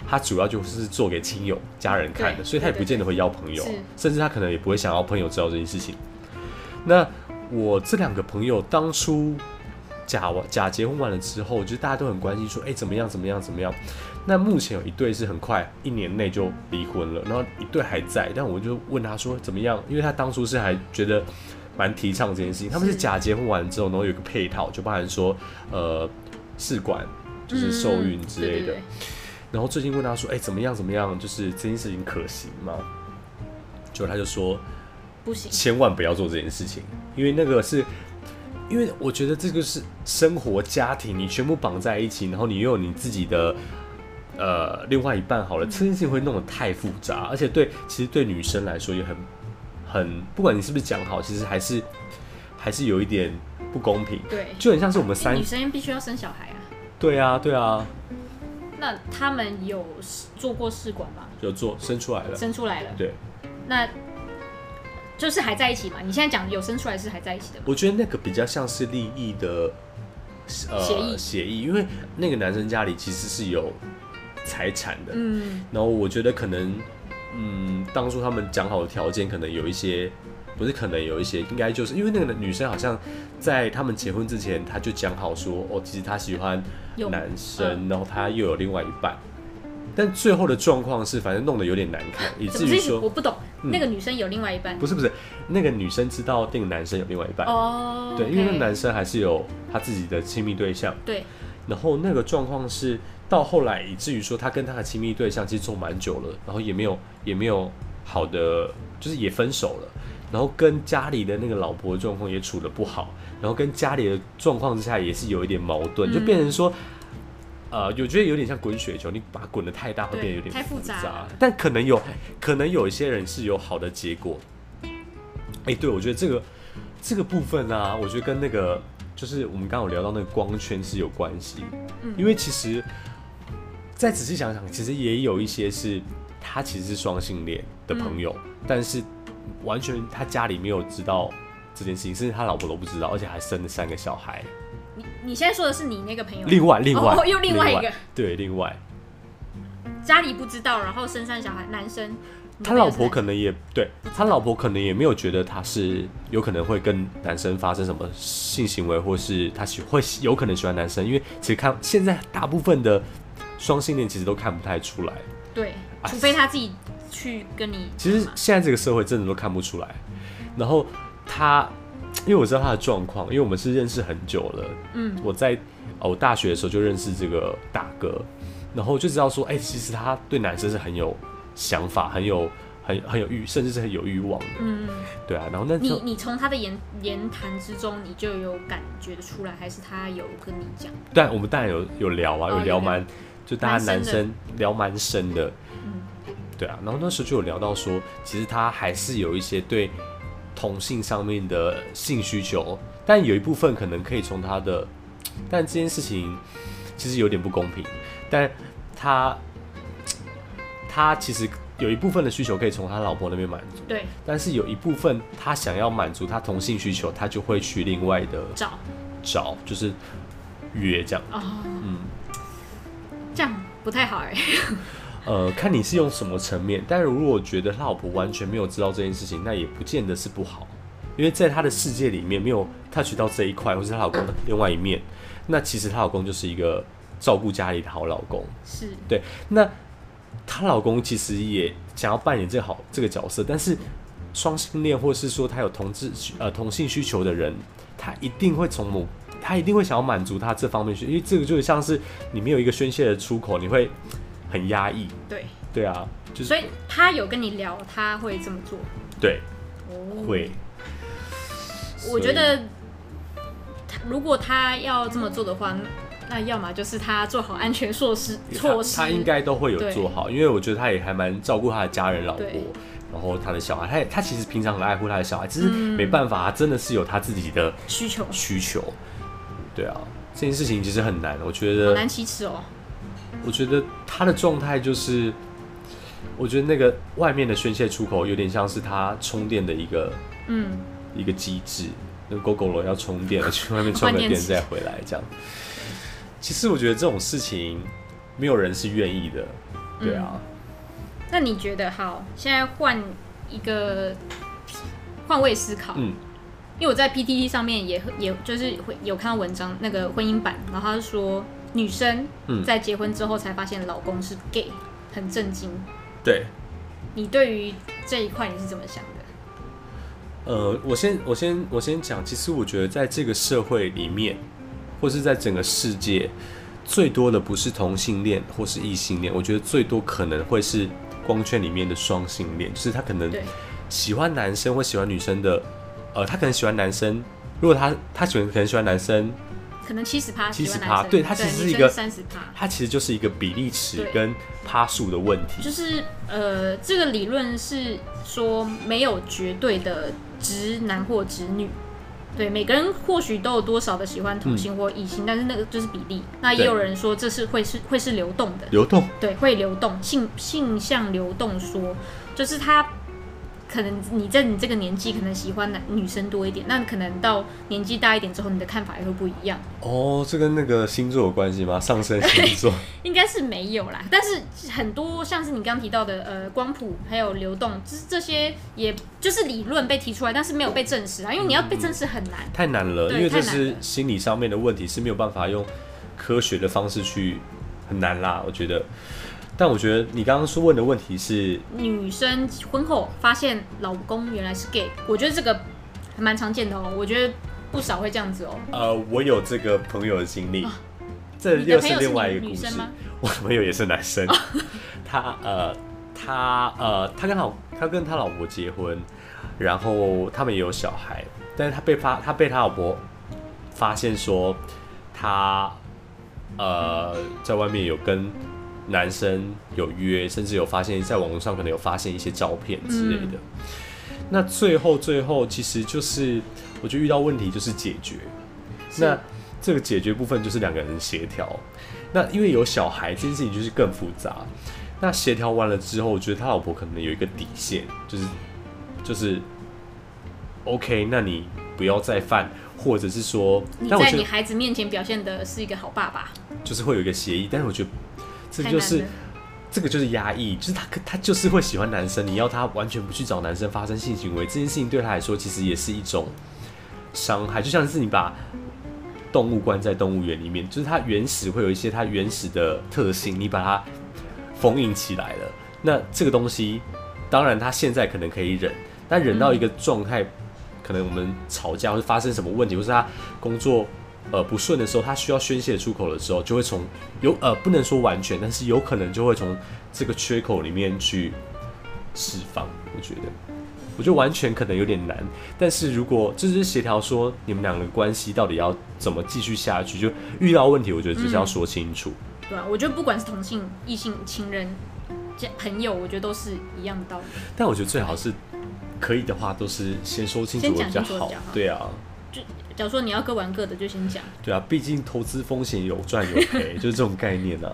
[SPEAKER 2] 他主要就是做给亲友家人看的，
[SPEAKER 1] 对
[SPEAKER 2] 所以他也不见得会邀朋友
[SPEAKER 1] 对对，
[SPEAKER 2] 甚至他可能也不会想要朋友知道这件事情。那我这两个朋友当初假完假结婚完了之后，就是大家都很关心说，哎、怎么样怎么样怎么样。那目前有一对是很快一年内就离婚了，然后一对还在，但我就问他说怎么样，因为他当初是还觉得蛮提倡这件事情，他们是
[SPEAKER 1] 是
[SPEAKER 2] 假结婚完之后，然后有一个配套，就包含说呃试管就是受孕之类的。
[SPEAKER 1] 嗯对对对
[SPEAKER 2] 然后最近问他说，哎、怎么样怎么样，就是这件事情可行吗？结果他就说，
[SPEAKER 1] 不行，
[SPEAKER 2] 千万不要做这件事情，因为那个是，因为我觉得这个是生活、家庭，你全部绑在一起，然后你又有你自己的呃另外一半好了，
[SPEAKER 1] 嗯
[SPEAKER 2] 这件事情会弄得太复杂，而且对，其实对女生来说也很很，不管你是不是讲好，其实还是还是有一点不公平，
[SPEAKER 1] 对。
[SPEAKER 2] 就很像是我们三
[SPEAKER 1] 女生必须要生小孩啊。
[SPEAKER 2] 对啊对啊，
[SPEAKER 1] 那他们有做过试管吗？
[SPEAKER 2] 有做生出来了，
[SPEAKER 1] 生出来了，
[SPEAKER 2] 对，
[SPEAKER 1] 那就是还在一起嘛？你现在讲有生出来是还在一起的吗？
[SPEAKER 2] 我觉得那个比较像是利益的呃
[SPEAKER 1] 协议
[SPEAKER 2] 协议，因为那个男生家里其实是有财产的，
[SPEAKER 1] 嗯，
[SPEAKER 2] 然后我觉得可能嗯，当初他们讲好的条件可能有一些。不是，可能有一些，应该就是因为那个女生好像在他们结婚之前，她就讲好说，哦，其实她喜欢
[SPEAKER 1] 有
[SPEAKER 2] 男生，然后她又有另外一半，但最后的状况是，反正弄得有点难看，以
[SPEAKER 1] 什
[SPEAKER 2] 至
[SPEAKER 1] 么是
[SPEAKER 2] 于
[SPEAKER 1] 一直 (laughs)
[SPEAKER 2] 说嗯
[SPEAKER 1] 我不懂，那个女生有另外一半
[SPEAKER 2] 不是不是，那个女生知道那个男生有另外一半，
[SPEAKER 1] 哦，
[SPEAKER 2] 对，因为那个
[SPEAKER 1] OK
[SPEAKER 2] 男生还是有他自己的亲密对象，
[SPEAKER 1] 对
[SPEAKER 2] 然后那个状况是到后来以至于说他跟他的亲密对象其实做蛮久了，然后也没有也没有好的，就是也分手了，然后跟家里的那个老婆的状况也处的不好，然后跟家里的状况之下也是有一点矛盾，就变成说。呃，我觉得有点像滚雪球，你把它滚得太大，会
[SPEAKER 1] 对
[SPEAKER 2] 变得有点
[SPEAKER 1] 太复杂
[SPEAKER 2] 杂
[SPEAKER 1] 了。
[SPEAKER 2] 但可能有，可能有一些人是有好的结果。哎、对，我觉得这个这个部分啊，我觉得跟那个就是我们刚刚有聊到那个光圈是有关系，
[SPEAKER 1] 嗯
[SPEAKER 2] 因为其实再仔细想想，其实也有一些是他其实是双性恋的朋友，
[SPEAKER 1] 嗯
[SPEAKER 2] 但是完全他家里没有知道这件事情，甚至他老婆都不知道，而且还生了三个小孩。
[SPEAKER 1] 你你现在说的是你那个朋友吗，
[SPEAKER 2] 另外，另外，
[SPEAKER 1] 哦又另外一个
[SPEAKER 2] 对，另外，
[SPEAKER 1] 家里不知道，然后生三小孩，男生，你的
[SPEAKER 2] 他
[SPEAKER 1] 朋友
[SPEAKER 2] 老
[SPEAKER 1] 是
[SPEAKER 2] 婆
[SPEAKER 1] 男
[SPEAKER 2] 可能也对他老婆可能也没有觉得他是有可能会跟男生发生什么性行为，或是他喜会有可能喜欢男生，因为其实看现在大部分的双性恋其实都看不太出来。
[SPEAKER 1] 对，
[SPEAKER 2] 啊
[SPEAKER 1] 除非他自己去跟你
[SPEAKER 2] 其实
[SPEAKER 1] 干嘛
[SPEAKER 2] 现在这个社会真的都看不出来。然后他，因为我知道他的状况，因为我们是认识很久了。
[SPEAKER 1] 嗯，
[SPEAKER 2] 我在哦，我大学的时候就认识这个大哥，然后就知道说，哎、其实他对男生是很有想法，很有很很有欲，甚至是很有欲望的。
[SPEAKER 1] 嗯，
[SPEAKER 2] 对啊，然后那时
[SPEAKER 1] 你
[SPEAKER 2] 候
[SPEAKER 1] 你从他的言言谈之中，你就有感觉得出来，还是他有跟你讲？
[SPEAKER 2] 但我们当然有有聊啊，
[SPEAKER 1] 哦
[SPEAKER 2] 有聊蛮、
[SPEAKER 1] 有
[SPEAKER 2] 就大家男
[SPEAKER 1] 蛮深的
[SPEAKER 2] 生聊蛮深的，
[SPEAKER 1] 嗯
[SPEAKER 2] 对啊，然后那时候就有聊到说，其实他还是有一些对同性上面的性需求，但有一部分可能可以从他的，但这件事情其实有点不公平，但他他其实有一部分的需求可以从他老婆那边满足，
[SPEAKER 1] 对，
[SPEAKER 2] 但是有一部分他想要满足他同性需求，他就会去另外的
[SPEAKER 1] 找
[SPEAKER 2] 找，就是约这样。
[SPEAKER 1] 哦，
[SPEAKER 2] 嗯，
[SPEAKER 1] 这样不太
[SPEAKER 2] (laughs)
[SPEAKER 1] 好哎、
[SPEAKER 2] 呃，看你是用什么层面。但如果觉得他老婆完全没有知道这件事情，那也不见得是不好，因为在他的世界里面没有 touch 到这一块，或是她老公的另外一面，那其实她老公就是一个照顾家里的好老公。
[SPEAKER 1] 是
[SPEAKER 2] 对，那她老公其实也想要扮演这好这个角色，但是双性恋或是说他有同志呃同性需求的人，他一定会从某他一定会想要满足他这方面需，因为这个就像是你没有一个宣泄的出口，你会很压抑。
[SPEAKER 1] 对，
[SPEAKER 2] 对啊，就是
[SPEAKER 1] 嗯所以他有跟你聊，他会这么做。
[SPEAKER 2] 对
[SPEAKER 1] 哦
[SPEAKER 2] 会，
[SPEAKER 1] 我
[SPEAKER 2] 所以
[SPEAKER 1] 觉得他如果他要这么做的话，那要么就是他做好安全措施措施，
[SPEAKER 2] 他他应该都会有
[SPEAKER 1] 对
[SPEAKER 2] 做好，因为我觉得他也还蛮照顾他的家人、老婆
[SPEAKER 1] 对，
[SPEAKER 2] 然后他的小孩，他也他其实平常很爱护他的小孩，只是
[SPEAKER 1] 嗯
[SPEAKER 2] 没办法，他真的是有他自己的
[SPEAKER 1] 需求
[SPEAKER 2] 需求。对啊，这件事情其实很难，我觉
[SPEAKER 1] 好
[SPEAKER 2] 得，
[SPEAKER 1] 难启齿哦。
[SPEAKER 2] 我觉得他的状态就是，我觉得那个外面的宣泄出口有点像是他充电的一个
[SPEAKER 1] 嗯，
[SPEAKER 2] 一个机制，那狗狗楼要充电了，去外面充个电再回来这样。其实我觉得这种事情没有人是愿意的，对啊，
[SPEAKER 1] 那你觉得好？现在换一个换位思考，
[SPEAKER 2] 嗯
[SPEAKER 1] 因为我在 PTT 上面也也就是会有看到文章那个婚姻版，然后他就说女生
[SPEAKER 2] 嗯
[SPEAKER 1] 在结婚之后才发现老公是 gay，很震惊。
[SPEAKER 2] 对。
[SPEAKER 1] 你对于这一块你是怎么想的？
[SPEAKER 2] 呃，我先我先我先讲，其实我觉得在这个社会里面，或是在整个世界，最多的不是同性恋或是异性恋，我觉得最多可能会是光圈里面的双性恋，就是他可能
[SPEAKER 1] 对，
[SPEAKER 2] 喜欢男生或喜欢女生的，呃，他可能喜欢男生，如果他他喜欢可能喜欢男生，
[SPEAKER 1] 可能七十趴，
[SPEAKER 2] 70%对
[SPEAKER 1] 对
[SPEAKER 2] 它其实是一个
[SPEAKER 1] 三十趴，
[SPEAKER 2] 它其实就是一个比例尺
[SPEAKER 1] 对
[SPEAKER 2] 跟趴数的问题。
[SPEAKER 1] 就是呃，这个理论是说没有绝对的直男或直女，对，每个人或许都有多少的喜欢同性或异性，但是那个就是比例。那也
[SPEAKER 2] 对
[SPEAKER 1] 有人说这是会是会是流动的，
[SPEAKER 2] 流动，
[SPEAKER 1] 对，会流动性性向流动说，就是他可能你在你这个年纪可能喜欢男女生多一点，那可能到年纪大一点之后，你的看法也会不一样。
[SPEAKER 2] 哦，这跟那个星座有关系吗？上升星座，
[SPEAKER 1] 应该是没有啦，但是很多像是你刚刚提到的，呃，光谱还有流动，就是这些，也就是理论被提出来，但是没有被证实
[SPEAKER 2] 嗯
[SPEAKER 1] 啊，因为你要被证实很难。
[SPEAKER 2] 太难了，
[SPEAKER 1] 对
[SPEAKER 2] 因为这
[SPEAKER 1] 太难
[SPEAKER 2] 是
[SPEAKER 1] 了
[SPEAKER 2] 心理上面的问题，是没有办法用科学的方式去很难啦，我觉得。但我觉得你刚刚说问的问题是，
[SPEAKER 1] 女生婚后发现老公原来是 gay，我觉得这个还蛮常见的哦，我觉得不少会这样子哦。
[SPEAKER 2] 呃，我有这个朋友的经历，这
[SPEAKER 1] 你的
[SPEAKER 2] 又
[SPEAKER 1] 朋
[SPEAKER 2] 是
[SPEAKER 1] 友是
[SPEAKER 2] 另外一
[SPEAKER 1] 女
[SPEAKER 2] 个故
[SPEAKER 1] 女
[SPEAKER 2] 事
[SPEAKER 1] 生吗。哦
[SPEAKER 2] 我朋友也是男生，他呃，他呃，他跟老他跟他老婆结婚，然后他们也有小孩，但是他被发他被他老婆发现说他呃在外面有跟男生有约，甚至有发现在网络上可能有发现一些照片之类的。
[SPEAKER 1] 嗯
[SPEAKER 2] 那最后最后其实就是，我就遇到问题就是解决。
[SPEAKER 1] 是
[SPEAKER 2] 那这个解决部分就是两个人协调。那因为有小孩这件事情就是更复杂。那协调完了之后，我觉得他老婆可能有一个底线，就是就是，OK，那你不要再犯，或者是说，
[SPEAKER 1] 你
[SPEAKER 2] 但我
[SPEAKER 1] 在
[SPEAKER 2] 觉
[SPEAKER 1] 你
[SPEAKER 2] 得
[SPEAKER 1] 孩子面前表现的是一个好爸爸，
[SPEAKER 2] 就是会有一个协议，但是我觉得这
[SPEAKER 1] 太
[SPEAKER 2] 就
[SPEAKER 1] 难
[SPEAKER 2] 是
[SPEAKER 1] 了。
[SPEAKER 2] 这个就是压抑，就是他可他就是会喜欢男生，你要他完全不去找男生发生性行为，这件事情对他来说其实也是一种伤害，就像是你把动物关在动物园里面，就是它原始会有一些它原始的特性，你把它封印起来了，那这个东西当然他现在可能可以忍，但忍到一个状态，可能我们吵架或者发生什么问题，或是他工作呃不顺的时候，他需要宣泄出口的时候，就会从有呃不能说完全，但是有可能就会从这个缺口里面去释放。我觉得，我觉得完全可能有点难，但是如果这就是协调说你们两个关系到底要怎么继续下去，就遇到问题，我觉得就是要说清楚。
[SPEAKER 1] 对啊，我觉得不管是同性、异性、情人、这朋友，我觉得都是一样的道理。
[SPEAKER 2] 但我觉得最好是可以的话，都是先说清楚
[SPEAKER 1] 先
[SPEAKER 2] 会
[SPEAKER 1] 讲
[SPEAKER 2] 比较
[SPEAKER 1] 清楚会
[SPEAKER 2] 好
[SPEAKER 1] 比较好。
[SPEAKER 2] 对啊。
[SPEAKER 1] 就假如说你要各玩各的，就先讲。
[SPEAKER 2] 对啊，毕竟投资风险有赚有
[SPEAKER 1] (laughs)
[SPEAKER 2] 赔，就是这种概念啊。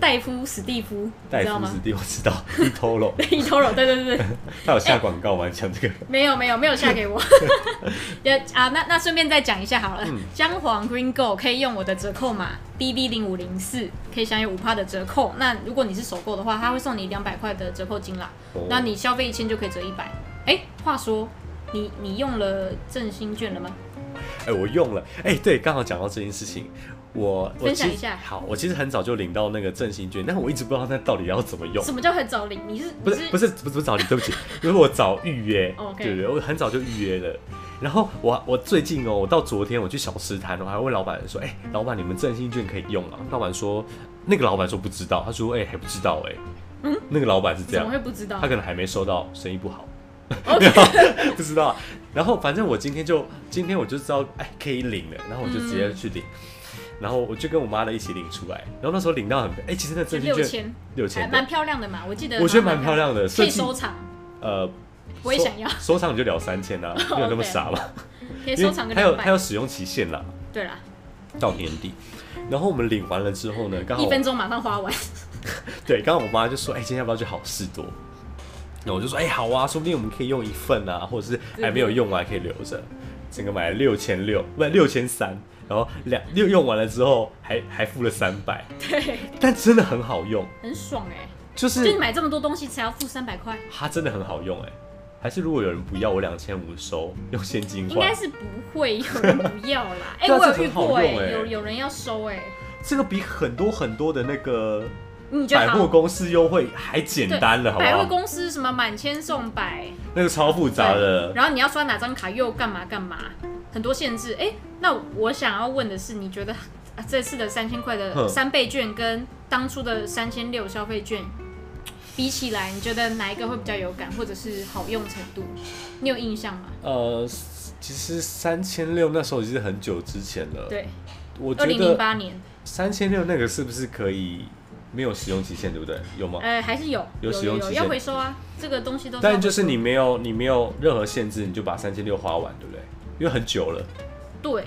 [SPEAKER 1] 戴夫、史蒂夫，你
[SPEAKER 2] 戴
[SPEAKER 1] 知道
[SPEAKER 2] 夫
[SPEAKER 1] 吗
[SPEAKER 2] 子？弟我知道，你透露，
[SPEAKER 1] (laughs) 对，头柔，对对对对，
[SPEAKER 2] 他有下广告吗？讲这个
[SPEAKER 1] 没有没有没有下给我。 (laughs) 也啊，那那顺便再讲一下好了，
[SPEAKER 2] 嗯
[SPEAKER 1] 姜黄 Green Go 可以用我的折扣码 BB 零五零四，可以享有五趴的折扣。那如果你是首购的话，他会送你两百块的折扣金啦。
[SPEAKER 2] 哦
[SPEAKER 1] 那你消费一千就可以折一百。哎，话说你你用了振兴券了吗？
[SPEAKER 2] 哎、我用了，哎、对，刚好讲到这件事情，我我
[SPEAKER 1] 分享
[SPEAKER 2] 其实
[SPEAKER 1] 一下
[SPEAKER 2] 好，我其实很早就领到那个振兴券，但我一直不知道那到底要怎么用。
[SPEAKER 1] 什么叫很早领？你是
[SPEAKER 2] 不是不
[SPEAKER 1] 是
[SPEAKER 2] 是不是不是找你，对不起，因为我早预约
[SPEAKER 1] OK
[SPEAKER 2] 对对，我很早就预约了。然后我我最近哦，我到昨天我去小吃摊，我还问老板说，哎、老板你们振兴券可以用啊？老板说，那个老板说不知道，他说，哎、还不知道哎、嗯，那个老板是这
[SPEAKER 1] 怎
[SPEAKER 2] 样
[SPEAKER 1] 么，会不知道
[SPEAKER 2] 他可能还没收到，生意不好，
[SPEAKER 1] 啊？OK，
[SPEAKER 2] (laughs) 不知道啊。然后反正我今天就今天我就知道，哎，可以领了，然后我就直接去领。
[SPEAKER 1] 嗯
[SPEAKER 2] 然后我就跟我妈的一起领出来，然后那时候领到很，哎，其实那
[SPEAKER 1] 就
[SPEAKER 2] 振兴
[SPEAKER 1] 六
[SPEAKER 2] 券
[SPEAKER 1] 千，
[SPEAKER 2] 六
[SPEAKER 1] 还
[SPEAKER 2] 千
[SPEAKER 1] 蛮
[SPEAKER 2] 的，
[SPEAKER 1] 漂亮的嘛，我记得
[SPEAKER 2] 我觉得蛮
[SPEAKER 1] 好像
[SPEAKER 2] 漂亮的，
[SPEAKER 1] 可
[SPEAKER 2] 设
[SPEAKER 1] 以
[SPEAKER 2] 计
[SPEAKER 1] 收藏，
[SPEAKER 2] 呃，
[SPEAKER 1] 我也
[SPEAKER 2] 收
[SPEAKER 1] 想要，哦
[SPEAKER 2] 收藏你就聊三千
[SPEAKER 1] (laughs)
[SPEAKER 2] 啊，你有那么傻吗？
[SPEAKER 1] 可以
[SPEAKER 2] 因
[SPEAKER 1] 收
[SPEAKER 2] 为
[SPEAKER 1] 藏个
[SPEAKER 2] 它有
[SPEAKER 1] 两
[SPEAKER 2] 它
[SPEAKER 1] 百
[SPEAKER 2] 有。使用期限啦，
[SPEAKER 1] 对啦，
[SPEAKER 2] 到年底。然后我们领完了之后呢，刚好
[SPEAKER 1] 一分钟马上花完。 (laughs)
[SPEAKER 2] 对，刚刚我妈就说，哎、今天要不要去好事多？那我就说，哎、好啊，说不定我们可以用一份啊，或者是还没有
[SPEAKER 1] 嗯
[SPEAKER 2] 用完可以留着。整个买了六千六，不六千三，然后两六用完了之后还还付了三百，
[SPEAKER 1] 对，
[SPEAKER 2] 但真的很好用，
[SPEAKER 1] 很爽哎、
[SPEAKER 2] 就
[SPEAKER 1] 就你
[SPEAKER 2] 是
[SPEAKER 1] 买这么多东西才要付三百块，
[SPEAKER 2] 它真的很好用哎、还是如果有人不要我两千五收，用现
[SPEAKER 1] 应
[SPEAKER 2] 金
[SPEAKER 1] 该
[SPEAKER 2] 换，
[SPEAKER 1] 是不会有人不要啦。哎、
[SPEAKER 2] (laughs) 对啊
[SPEAKER 1] 我有
[SPEAKER 2] 这
[SPEAKER 1] 遇
[SPEAKER 2] 很好
[SPEAKER 1] 过哎、
[SPEAKER 2] 用欸
[SPEAKER 1] 有有人要收哎、
[SPEAKER 2] 这个比很多很多的那个
[SPEAKER 1] 你觉得
[SPEAKER 2] 百货
[SPEAKER 1] 好？
[SPEAKER 2] 公司优惠还简单了，好不
[SPEAKER 1] 百货
[SPEAKER 2] 好？
[SPEAKER 1] 公司什么满千送百，
[SPEAKER 2] 那个超复杂
[SPEAKER 1] 对
[SPEAKER 2] 的，
[SPEAKER 1] 然后你要刷哪张卡又干嘛干嘛，很多限制。哎、那我想要问的是，你觉得、啊这次的三千块的
[SPEAKER 2] 哼
[SPEAKER 1] 三倍券跟当初的三千六消费券比起来，你觉得哪一个会比较有感，或者是好用程度？你有印象吗？
[SPEAKER 2] 呃，其实三千六那时候已经是很久之前了。
[SPEAKER 1] 对，
[SPEAKER 2] 我
[SPEAKER 1] 二
[SPEAKER 2] 觉
[SPEAKER 1] 零零
[SPEAKER 2] 得
[SPEAKER 1] 八年，
[SPEAKER 2] 三千六那个是不是可以没有使用期限，对不对？有吗？
[SPEAKER 1] 呃，还是有
[SPEAKER 2] 有使用
[SPEAKER 1] 有
[SPEAKER 2] 期
[SPEAKER 1] 有
[SPEAKER 2] 限
[SPEAKER 1] 要回收啊，这个东西都要
[SPEAKER 2] 但就是
[SPEAKER 1] 回收
[SPEAKER 2] 你没有你没有任何限制，你就把三千六花完，对不对？因为很久了。
[SPEAKER 1] 对，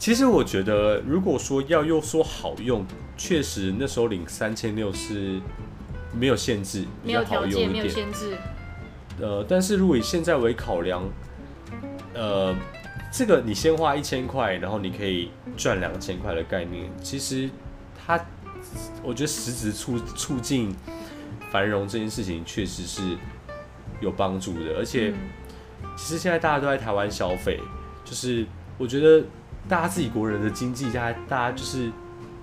[SPEAKER 2] 其实我觉得，如果说要又说好用，确实那时候领三千六是没有限制，
[SPEAKER 1] 没有
[SPEAKER 2] 比较
[SPEAKER 1] 条
[SPEAKER 2] 好
[SPEAKER 1] 件，
[SPEAKER 2] 用
[SPEAKER 1] 没
[SPEAKER 2] 一
[SPEAKER 1] 有
[SPEAKER 2] 点。
[SPEAKER 1] 限制，
[SPEAKER 2] 呃，但是如果以现在为考量，呃，这个你先花一千块，然后你可以赚两千块的概念，其实它，我觉得实质促促进繁荣这件事情确实是有帮助的，而且
[SPEAKER 1] 嗯
[SPEAKER 2] 其实现在大家都在台湾消费，就是我觉得大家自己国人的经济，大家大家就是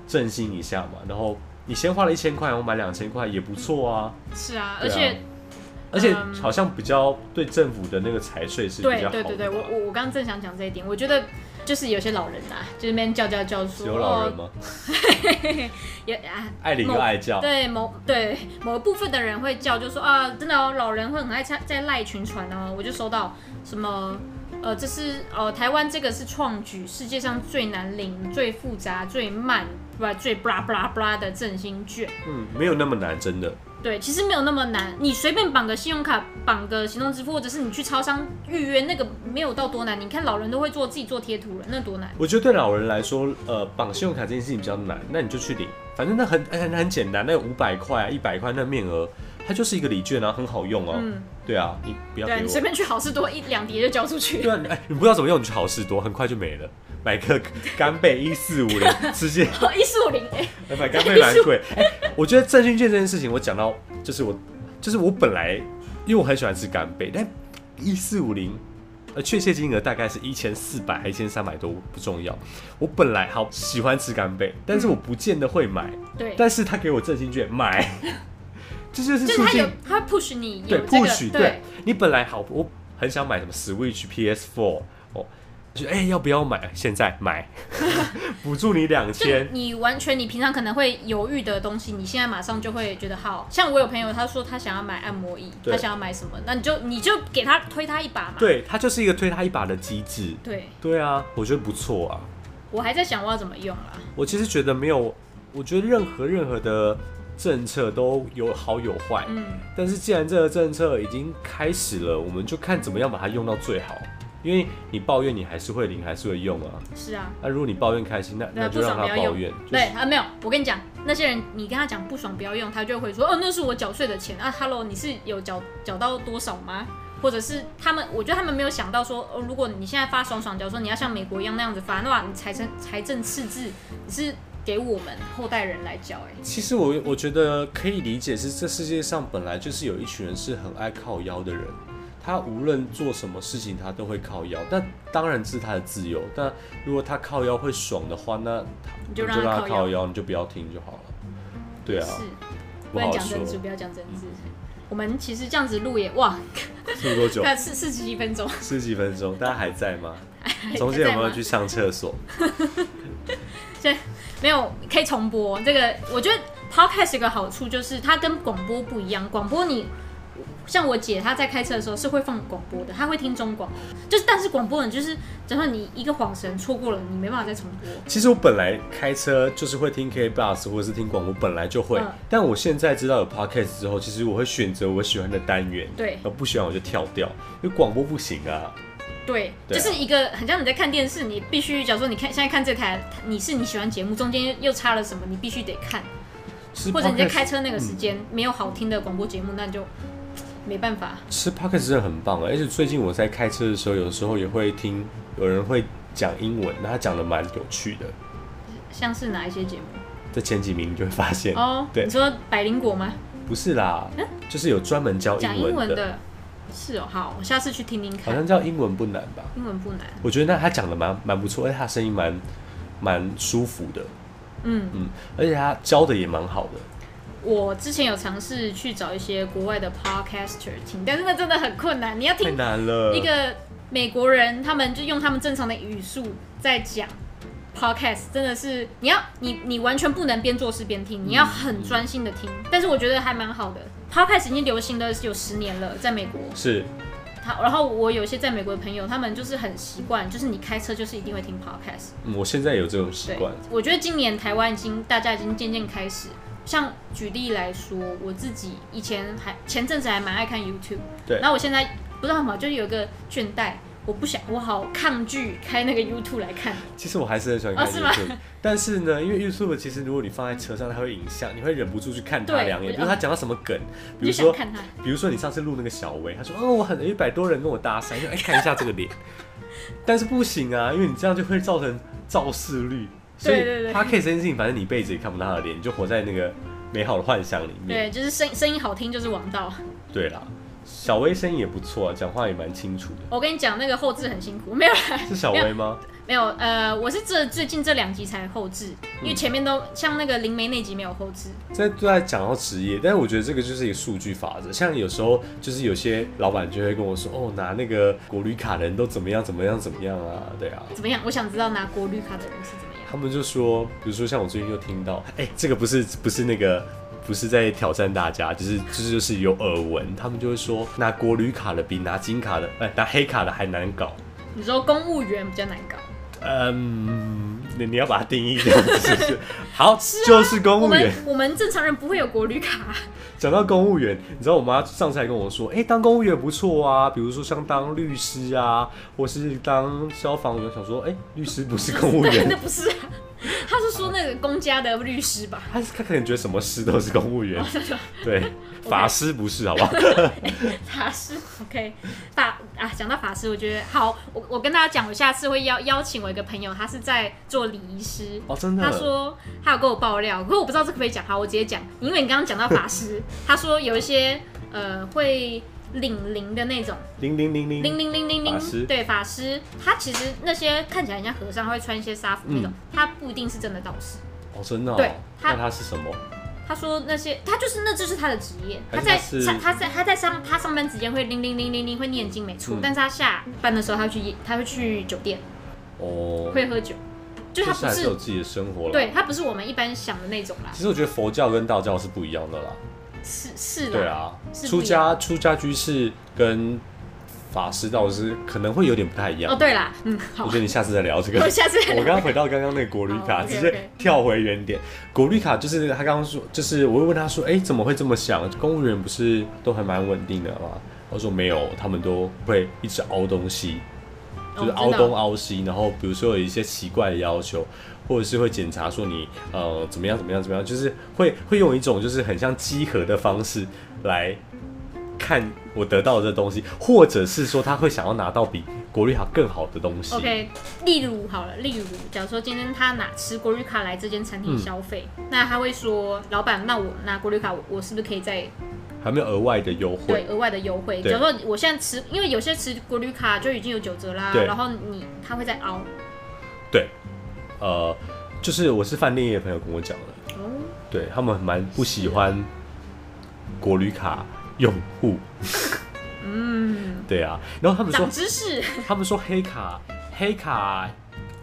[SPEAKER 2] 振兴一下嘛，然后你先花了一千块，我买两千块也不错啊。
[SPEAKER 1] 是啊，
[SPEAKER 2] 对
[SPEAKER 1] 而
[SPEAKER 2] 啊
[SPEAKER 1] 且
[SPEAKER 2] 而且
[SPEAKER 1] 嗯
[SPEAKER 2] 好像比较对政府的那个财税是比
[SPEAKER 1] 对
[SPEAKER 2] 较好
[SPEAKER 1] 对对对，
[SPEAKER 2] 的
[SPEAKER 1] 我
[SPEAKER 2] 吧
[SPEAKER 1] 我我刚刚正想讲这一点，我觉得就是有些老人啊，就是那边叫叫叫
[SPEAKER 2] 只
[SPEAKER 1] 说
[SPEAKER 2] 有老人
[SPEAKER 1] 哦，
[SPEAKER 2] 吗？
[SPEAKER 1] 也啊，
[SPEAKER 2] 爱领又
[SPEAKER 1] 某
[SPEAKER 2] 爱叫，
[SPEAKER 1] 对某对某部分的人会叫，就说啊，真的哦，老人会很爱在在赖群传哦。我就收到什么呃，这是呃台湾这个是创举，世界上最难领、最复杂、最慢不最 blah blah blah 的振兴券。
[SPEAKER 2] 嗯，没有那么难，真的。
[SPEAKER 1] 对，其实没有那么难，你随便绑个信用卡、绑个行动支付，或者是你去超商预约，那个没有到多难。你看老人都会做，自己做贴图了，那多难？
[SPEAKER 2] 我觉得对老人来说，呃，绑信用卡这件事情比较难，那你就去领，反正那很很很简单，那有五百块啊、一百块那面额，它就是一个礼券啊，很好用啊。
[SPEAKER 1] 嗯，
[SPEAKER 2] 对啊，你不要
[SPEAKER 1] 对，
[SPEAKER 2] 给
[SPEAKER 1] 你
[SPEAKER 2] 我
[SPEAKER 1] 随。便去好事多一两叠就交出去 (laughs)
[SPEAKER 2] 对。啊，你哎，你不知道怎么用，你去好事多，很快就没了。买个干贝一四五零，直接
[SPEAKER 1] 一四五零，哎，
[SPEAKER 2] 买干贝蛮
[SPEAKER 1] (laughs)
[SPEAKER 2] 贵。哎、我觉得振兴券这件事情，我讲到就是我，就是我本来因为我很喜欢吃干贝，但一四五零，呃，确切金额大概是一千四百还一千三百多，不重要。我本来好喜欢吃干贝，但是我不见得会买，
[SPEAKER 1] 对，
[SPEAKER 2] 但是他给我振兴券买， (laughs) 这就是
[SPEAKER 1] 就是
[SPEAKER 2] 促
[SPEAKER 1] 他
[SPEAKER 2] 进
[SPEAKER 1] 有他 push 你
[SPEAKER 2] 对
[SPEAKER 1] 有这
[SPEAKER 2] 不
[SPEAKER 1] 个
[SPEAKER 2] 许对你本来好，我很想买什么 Switch、PS4 哦。就哎、要不要买？现在买， (laughs) 补助你两
[SPEAKER 1] 就
[SPEAKER 2] 千。
[SPEAKER 1] 你完全你平常可能会犹豫的东西，你现在马上就会觉得好。像我有朋友，他说他想要买按摩椅，
[SPEAKER 2] 对
[SPEAKER 1] 他想要买什么，那你就你就给他推他一把嘛。
[SPEAKER 2] 对，它就是一个推他一把的机制。
[SPEAKER 1] 对，
[SPEAKER 2] 对啊，我觉得不错啊。
[SPEAKER 1] 我还在想我要怎么用啊。
[SPEAKER 2] 我其实觉得没有，我觉得任何任何的政策都有好有坏，
[SPEAKER 1] 嗯，
[SPEAKER 2] 但是既然这个政策已经开始了，我们就看怎么样把它用到最好。因为你抱怨，你还是会领，还是会用啊。
[SPEAKER 1] 是啊，
[SPEAKER 2] 那、如果你抱怨开心，那
[SPEAKER 1] 对
[SPEAKER 2] 那
[SPEAKER 1] 啊，
[SPEAKER 2] 就
[SPEAKER 1] 不
[SPEAKER 2] 让
[SPEAKER 1] 爽
[SPEAKER 2] 他
[SPEAKER 1] 不要
[SPEAKER 2] 抱
[SPEAKER 1] 用
[SPEAKER 2] 怨。就。
[SPEAKER 1] 对啊，没有，我跟你讲，那些人你跟他讲不爽不要用，他就会说，哦，那是我缴税的钱啊。Hello，你是有缴缴到多少吗？或者是他们，我觉得他们没有想到说，哦，如果你现在发爽爽，假如说你要像美国一样那样子发，那你财政财政赤字，你是给我们后代人来缴、哎，
[SPEAKER 2] 其实我我觉得可以理解是，这世界上本来就是有一群人是很爱靠腰的人，他无论做什么事情他都会靠腰，但当然这是他的自由。但如果他靠腰会爽的话，那他
[SPEAKER 1] 你就
[SPEAKER 2] 你
[SPEAKER 1] 让他
[SPEAKER 2] 让他
[SPEAKER 1] 靠
[SPEAKER 2] 靠
[SPEAKER 1] 腰
[SPEAKER 2] 腰，你就不要听就好了。对啊，
[SPEAKER 1] 是，不
[SPEAKER 2] 不
[SPEAKER 1] 能
[SPEAKER 2] 好
[SPEAKER 1] 讲政治，
[SPEAKER 2] 说。
[SPEAKER 1] 不要讲政治。我们其实这样子录也哇，
[SPEAKER 2] (laughs) 录多久？
[SPEAKER 1] 看四四十几分钟，
[SPEAKER 2] 十几分钟，大家还
[SPEAKER 1] (laughs)
[SPEAKER 2] 在吗？中间有没有去上厕所？
[SPEAKER 1] 没有，可以重播。这个我觉得 podcast 有个好处就是它跟广播不一样，广播你。像我姐她在开车的时候是会放广播的，她会听中广，就是但是广播人就是，假如说你一个晃神错过了，你没办法再重播。
[SPEAKER 2] 其实我本来开车就是会听 K Bus 或者是听广播，本来就会。
[SPEAKER 1] 嗯
[SPEAKER 2] 但我现在知道有 Podcast 之后，其实我会选择我喜欢的单元，
[SPEAKER 1] 对
[SPEAKER 2] 而不喜欢我就跳掉，因为广播不行啊。
[SPEAKER 1] 对，
[SPEAKER 2] 对
[SPEAKER 1] 就
[SPEAKER 2] 啊
[SPEAKER 1] 是一个很像你在看电视，你必须，假如说你看现在看这台，你是你喜欢节目，中间又插了什么，你必须得看，
[SPEAKER 2] 吃
[SPEAKER 1] 或者你在开
[SPEAKER 2] Podcast
[SPEAKER 1] 车那个时间、没有好听的广播节目，那就没办法。
[SPEAKER 2] 吃 Podcast 真的很棒啊，而且最近我在开车的时候，有时候也会听有人会讲英文，那他讲的蛮有趣的，
[SPEAKER 1] 像是哪一些节目？
[SPEAKER 2] 在前几名你就会发现，
[SPEAKER 1] 哦，
[SPEAKER 2] 对
[SPEAKER 1] 你说百灵果吗？
[SPEAKER 2] 不是啦，就是有专门教
[SPEAKER 1] 讲
[SPEAKER 2] 哦英
[SPEAKER 1] 英文
[SPEAKER 2] 文的，
[SPEAKER 1] 的，是哦，好，我下次去听听
[SPEAKER 2] 好
[SPEAKER 1] 看。
[SPEAKER 2] 像叫英文不难吧？
[SPEAKER 1] 英文不难，
[SPEAKER 2] 我觉得那他讲的蛮蛮不错，而且他声音蛮蛮舒服的，
[SPEAKER 1] 嗯，
[SPEAKER 2] 嗯，而且他教的也蛮好的，
[SPEAKER 1] 我之前有尝试去找一些国外的 podcaster 听，但是那真的很困难，你要
[SPEAKER 2] 太
[SPEAKER 1] 听
[SPEAKER 2] 难了。
[SPEAKER 1] 一个美国人，他们就用他们正常的语速在讲 podcast，真的是你要你你完全不能边做事边
[SPEAKER 2] 嗯
[SPEAKER 1] 听，你要很专心的听。但是我觉得还蛮好的，podcast 已经流行了有十年了，在美国。
[SPEAKER 2] 是
[SPEAKER 1] 他然后我有一些在美国的朋友，他们就是很习惯，就是你开车就是一定会听 podcast。
[SPEAKER 2] 嗯我现在有这种习
[SPEAKER 1] 对
[SPEAKER 2] 惯，，
[SPEAKER 1] 我觉得今年台湾已经大家已经渐渐开始，像举例来说，我自己以前还前阵子还蛮爱看 YouTube，
[SPEAKER 2] 对
[SPEAKER 1] 然后我现在不知道嘛，就是有一个倦怠，我不想，我好抗拒开那个 YouTube 来
[SPEAKER 2] (laughs)
[SPEAKER 1] 看，
[SPEAKER 2] 其实我还是很喜欢
[SPEAKER 1] 哦
[SPEAKER 2] 看
[SPEAKER 1] 是吗
[SPEAKER 2] YouTube，、但是呢，因为 YouTube 其实如果你放在车上，它会影像，你会忍不住去看它
[SPEAKER 1] 对
[SPEAKER 2] 两眼。
[SPEAKER 1] 对哦
[SPEAKER 2] 比如他讲到什么梗，比
[SPEAKER 1] 就
[SPEAKER 2] 如
[SPEAKER 1] 想
[SPEAKER 2] 说，
[SPEAKER 1] 看它。
[SPEAKER 2] 比如说你上次录那个小薇，他说，哦，我很有一百多人跟我搭讪，就哎、看一下这个脸， (laughs) 但是不行啊，因为你这样就会造成肇事率。所以
[SPEAKER 1] 对对对
[SPEAKER 2] 他可以这件事情，反正你一辈子也看不到他的脸，你就活在那个美好的幻想里
[SPEAKER 1] 对，
[SPEAKER 2] 面。
[SPEAKER 1] 就是声声音好听就是王道。
[SPEAKER 2] 对啦，小薇声音也不错、啊，讲话也蛮清楚的。
[SPEAKER 1] 我跟你讲，那个后置很辛苦，没有 (laughs) 啦
[SPEAKER 2] 是小薇吗？
[SPEAKER 1] 没有，呃，我是这最近这两集才后置，因为前面都像那个灵媒那集没有后置，
[SPEAKER 2] 这都在讲到职业，但是我觉得这个就是一个数据法则。像有时候就是有些老板就会跟我说，哦，拿那个国旅卡的人都怎么样怎么样怎么样啊，对啊。
[SPEAKER 1] 怎么样？我想知道拿国绿卡的人是怎么样。
[SPEAKER 2] 他们就说，比如说像我最近又听到，哎、这个不是不是那个。不是在挑战大家，就是就是就是有耳闻，他们就会说拿国旅卡的比拿金卡的，哎、拿黑卡的还难搞。
[SPEAKER 1] 你说公务员比较难搞，
[SPEAKER 2] 嗯，你你要把它定义掉，是不
[SPEAKER 1] (laughs)
[SPEAKER 2] 是？好，
[SPEAKER 1] 啊
[SPEAKER 2] 就是公
[SPEAKER 1] 我
[SPEAKER 2] 务员
[SPEAKER 1] 们。我们正常人不会有国旅卡， (laughs)
[SPEAKER 2] 讲到公务员，你知道我妈上次还跟我说，哎、当公务员不错啊，比如说像当律师啊，或是当消防员。想说，哎、律师不是公务
[SPEAKER 1] 对，那
[SPEAKER 2] 员，
[SPEAKER 1] 不是、啊，他是说那个公家的律师 (laughs) 吧？
[SPEAKER 2] 他他可能觉得什么师都是公务
[SPEAKER 1] 哦
[SPEAKER 2] 员，对，法师不
[SPEAKER 1] (laughs)
[SPEAKER 2] 是，好不好？
[SPEAKER 1] 法师，OK，法啊，讲到法师，我觉得好，我我跟大家讲，我下次会邀邀请我一个朋友，他是在做礼仪师。
[SPEAKER 2] 哦，真的。
[SPEAKER 1] 他说他有跟我爆料，可是我不知道这可不可以讲，好，我直接讲，因为你刚刚讲到法
[SPEAKER 2] (laughs)
[SPEAKER 1] 师，他说有一些呃会领灵的那种，
[SPEAKER 2] 零零零零
[SPEAKER 1] 零零零零
[SPEAKER 2] 嗯法师
[SPEAKER 1] 零，对法师，他其实那些看起来人家和尚会穿一些纱服那
[SPEAKER 2] 嗯
[SPEAKER 1] 种，他不一定是真的道士。
[SPEAKER 2] 哦，真的、哦。
[SPEAKER 1] 对他
[SPEAKER 2] 那他是什么？
[SPEAKER 1] 他说那些，他就是那就是他的职业。
[SPEAKER 2] 还
[SPEAKER 1] 他
[SPEAKER 2] 是他
[SPEAKER 1] 在他
[SPEAKER 2] 是
[SPEAKER 1] 他在他在上他上班时间会铃铃铃铃铃会念经没错，
[SPEAKER 2] 嗯
[SPEAKER 1] 但是他下班的时候他会去夜他会去酒店
[SPEAKER 2] 哦，
[SPEAKER 1] 会喝酒，就他
[SPEAKER 2] 就是
[SPEAKER 1] 不
[SPEAKER 2] 还是
[SPEAKER 1] 是
[SPEAKER 2] 有自己的生活了。。
[SPEAKER 1] 对他不是我们一般想的那种啦，
[SPEAKER 2] 其实我觉得佛教跟道教是不一样的啦。
[SPEAKER 1] 是是啦，
[SPEAKER 2] 对啊，
[SPEAKER 1] 是
[SPEAKER 2] 出
[SPEAKER 1] 不一样
[SPEAKER 2] 家出家居士跟法师道士可能会有点不太一样。
[SPEAKER 1] 哦对啦，嗯好
[SPEAKER 2] 我觉，得你下次再聊这个
[SPEAKER 1] 我。下次再
[SPEAKER 2] 我
[SPEAKER 1] 聊
[SPEAKER 2] 刚刚回到刚刚那个国旅卡，
[SPEAKER 1] 好，OK，OK 哦
[SPEAKER 2] 直接跳回原点。国旅卡就是他刚刚说，就是我会问他说，哎、怎么会这么想？公务员不是都还蛮稳定的吗？他说没有，他们都会一直凹东西，就是
[SPEAKER 1] 哦
[SPEAKER 2] 凹
[SPEAKER 1] 真的
[SPEAKER 2] 东凹西，然后比如说有一些奇怪的要求，或者是会检查说你呃怎么样怎么样怎么样，就是会会用一种就是很像稽核的方式来看我得到的这东西，或者是说他会想要拿到比国旅卡更好的东西。
[SPEAKER 1] OK，例如好了，例如，假如说今天他拿持国旅卡来这间餐厅
[SPEAKER 2] 嗯
[SPEAKER 1] 消费，那他会说，老板，那我拿国旅卡，我我是不是可以再
[SPEAKER 2] 还没有额外的优惠
[SPEAKER 1] 对。额外的优惠？
[SPEAKER 2] 对
[SPEAKER 1] 假如说我现在持，因为有些持国旅卡就已经有九折啦，
[SPEAKER 2] 对
[SPEAKER 1] 然后你他会再凹哦
[SPEAKER 2] 对，呃，就是我是饭店业的朋友跟我讲的，
[SPEAKER 1] 哦，
[SPEAKER 2] 对他们蛮不喜欢国旅卡用户，
[SPEAKER 1] 嗯，
[SPEAKER 2] 对啊，然后他们说
[SPEAKER 1] 长知识， (laughs)
[SPEAKER 2] 他们说黑卡黑卡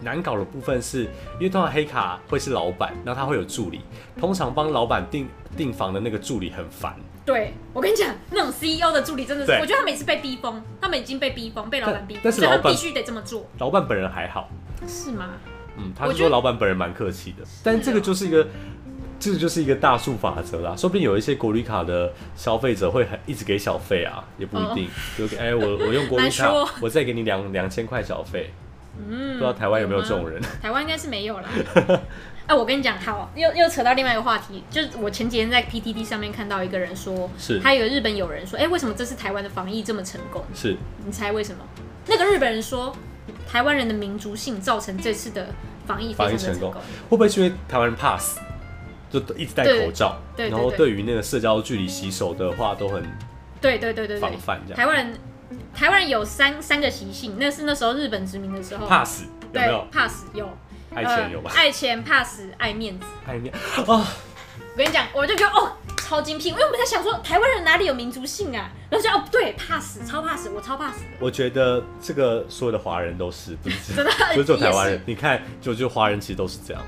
[SPEAKER 2] 难搞的部分是因为通常黑卡会是老板，然后他会有助理，通常帮老板订订房的那个助理很烦，
[SPEAKER 1] 对我跟你讲，那种 CEO 的助理真的是
[SPEAKER 2] 对，
[SPEAKER 1] 我觉得他们也是被逼疯，他们已经被逼疯，被老板
[SPEAKER 2] 但
[SPEAKER 1] 逼疯，
[SPEAKER 2] 但是
[SPEAKER 1] 所以他
[SPEAKER 2] 老
[SPEAKER 1] 们
[SPEAKER 2] 板
[SPEAKER 1] 必须得这么做，
[SPEAKER 2] 老板本人还好，
[SPEAKER 1] 是吗？
[SPEAKER 2] 嗯，他
[SPEAKER 1] 我
[SPEAKER 2] 是
[SPEAKER 1] 觉
[SPEAKER 2] 说
[SPEAKER 1] 得
[SPEAKER 2] 老板本人蛮客气的，但这个就是一个，这个就是一个大数法则啦。说不定有一些国旅卡的消费者会很一直给小费啊，也不一定。就哎、我我用国旅卡
[SPEAKER 1] 哦难说，
[SPEAKER 2] 我再给你两两千块小费。
[SPEAKER 1] 嗯，
[SPEAKER 2] 不知道台湾有没有这种人？
[SPEAKER 1] 台湾应该是没
[SPEAKER 2] (laughs)
[SPEAKER 1] 有啦。哎、我跟你讲，好，又又扯到另外一个话题，就是我前几天在 PTT 上面看到一个人说，
[SPEAKER 2] 是
[SPEAKER 1] 他有个日本友人说，哎、为什么这次台湾的防疫这么成功？
[SPEAKER 2] 是
[SPEAKER 1] 你猜为什么？那个日本人说，台湾人的民族性造成这次的防疫非
[SPEAKER 2] 防
[SPEAKER 1] 常
[SPEAKER 2] 疫
[SPEAKER 1] 的
[SPEAKER 2] 成
[SPEAKER 1] 成
[SPEAKER 2] 功，
[SPEAKER 1] 功
[SPEAKER 2] 会。不会是因为台湾人怕死，就一直戴口罩，
[SPEAKER 1] 对对对哦
[SPEAKER 2] 然后
[SPEAKER 1] 对
[SPEAKER 2] 对于那个社交距离洗手的话都很
[SPEAKER 1] 对对对对
[SPEAKER 2] 防
[SPEAKER 1] 对，
[SPEAKER 2] 范，这
[SPEAKER 1] 台
[SPEAKER 2] 样
[SPEAKER 1] 湾人台湾人有三三个习性，那是那时候日本殖民的时候，
[SPEAKER 2] 怕死有没有
[SPEAKER 1] 对？怕死有，
[SPEAKER 2] 爱钱有吧
[SPEAKER 1] 呃？爱钱怕死爱面子。
[SPEAKER 2] 爱面啊，
[SPEAKER 1] 我跟你讲，我就觉得哦，超精辟，因为我们在想说台湾人哪里有民族性啊，然后就哦，对，怕死，超怕死，我超怕死的。
[SPEAKER 2] 我觉得这个所有的华人都是，不是
[SPEAKER 1] 真的
[SPEAKER 2] (laughs) 不是只有台湾
[SPEAKER 1] 也
[SPEAKER 2] 人
[SPEAKER 1] 是。
[SPEAKER 2] 你看，就就华人其实都是这样。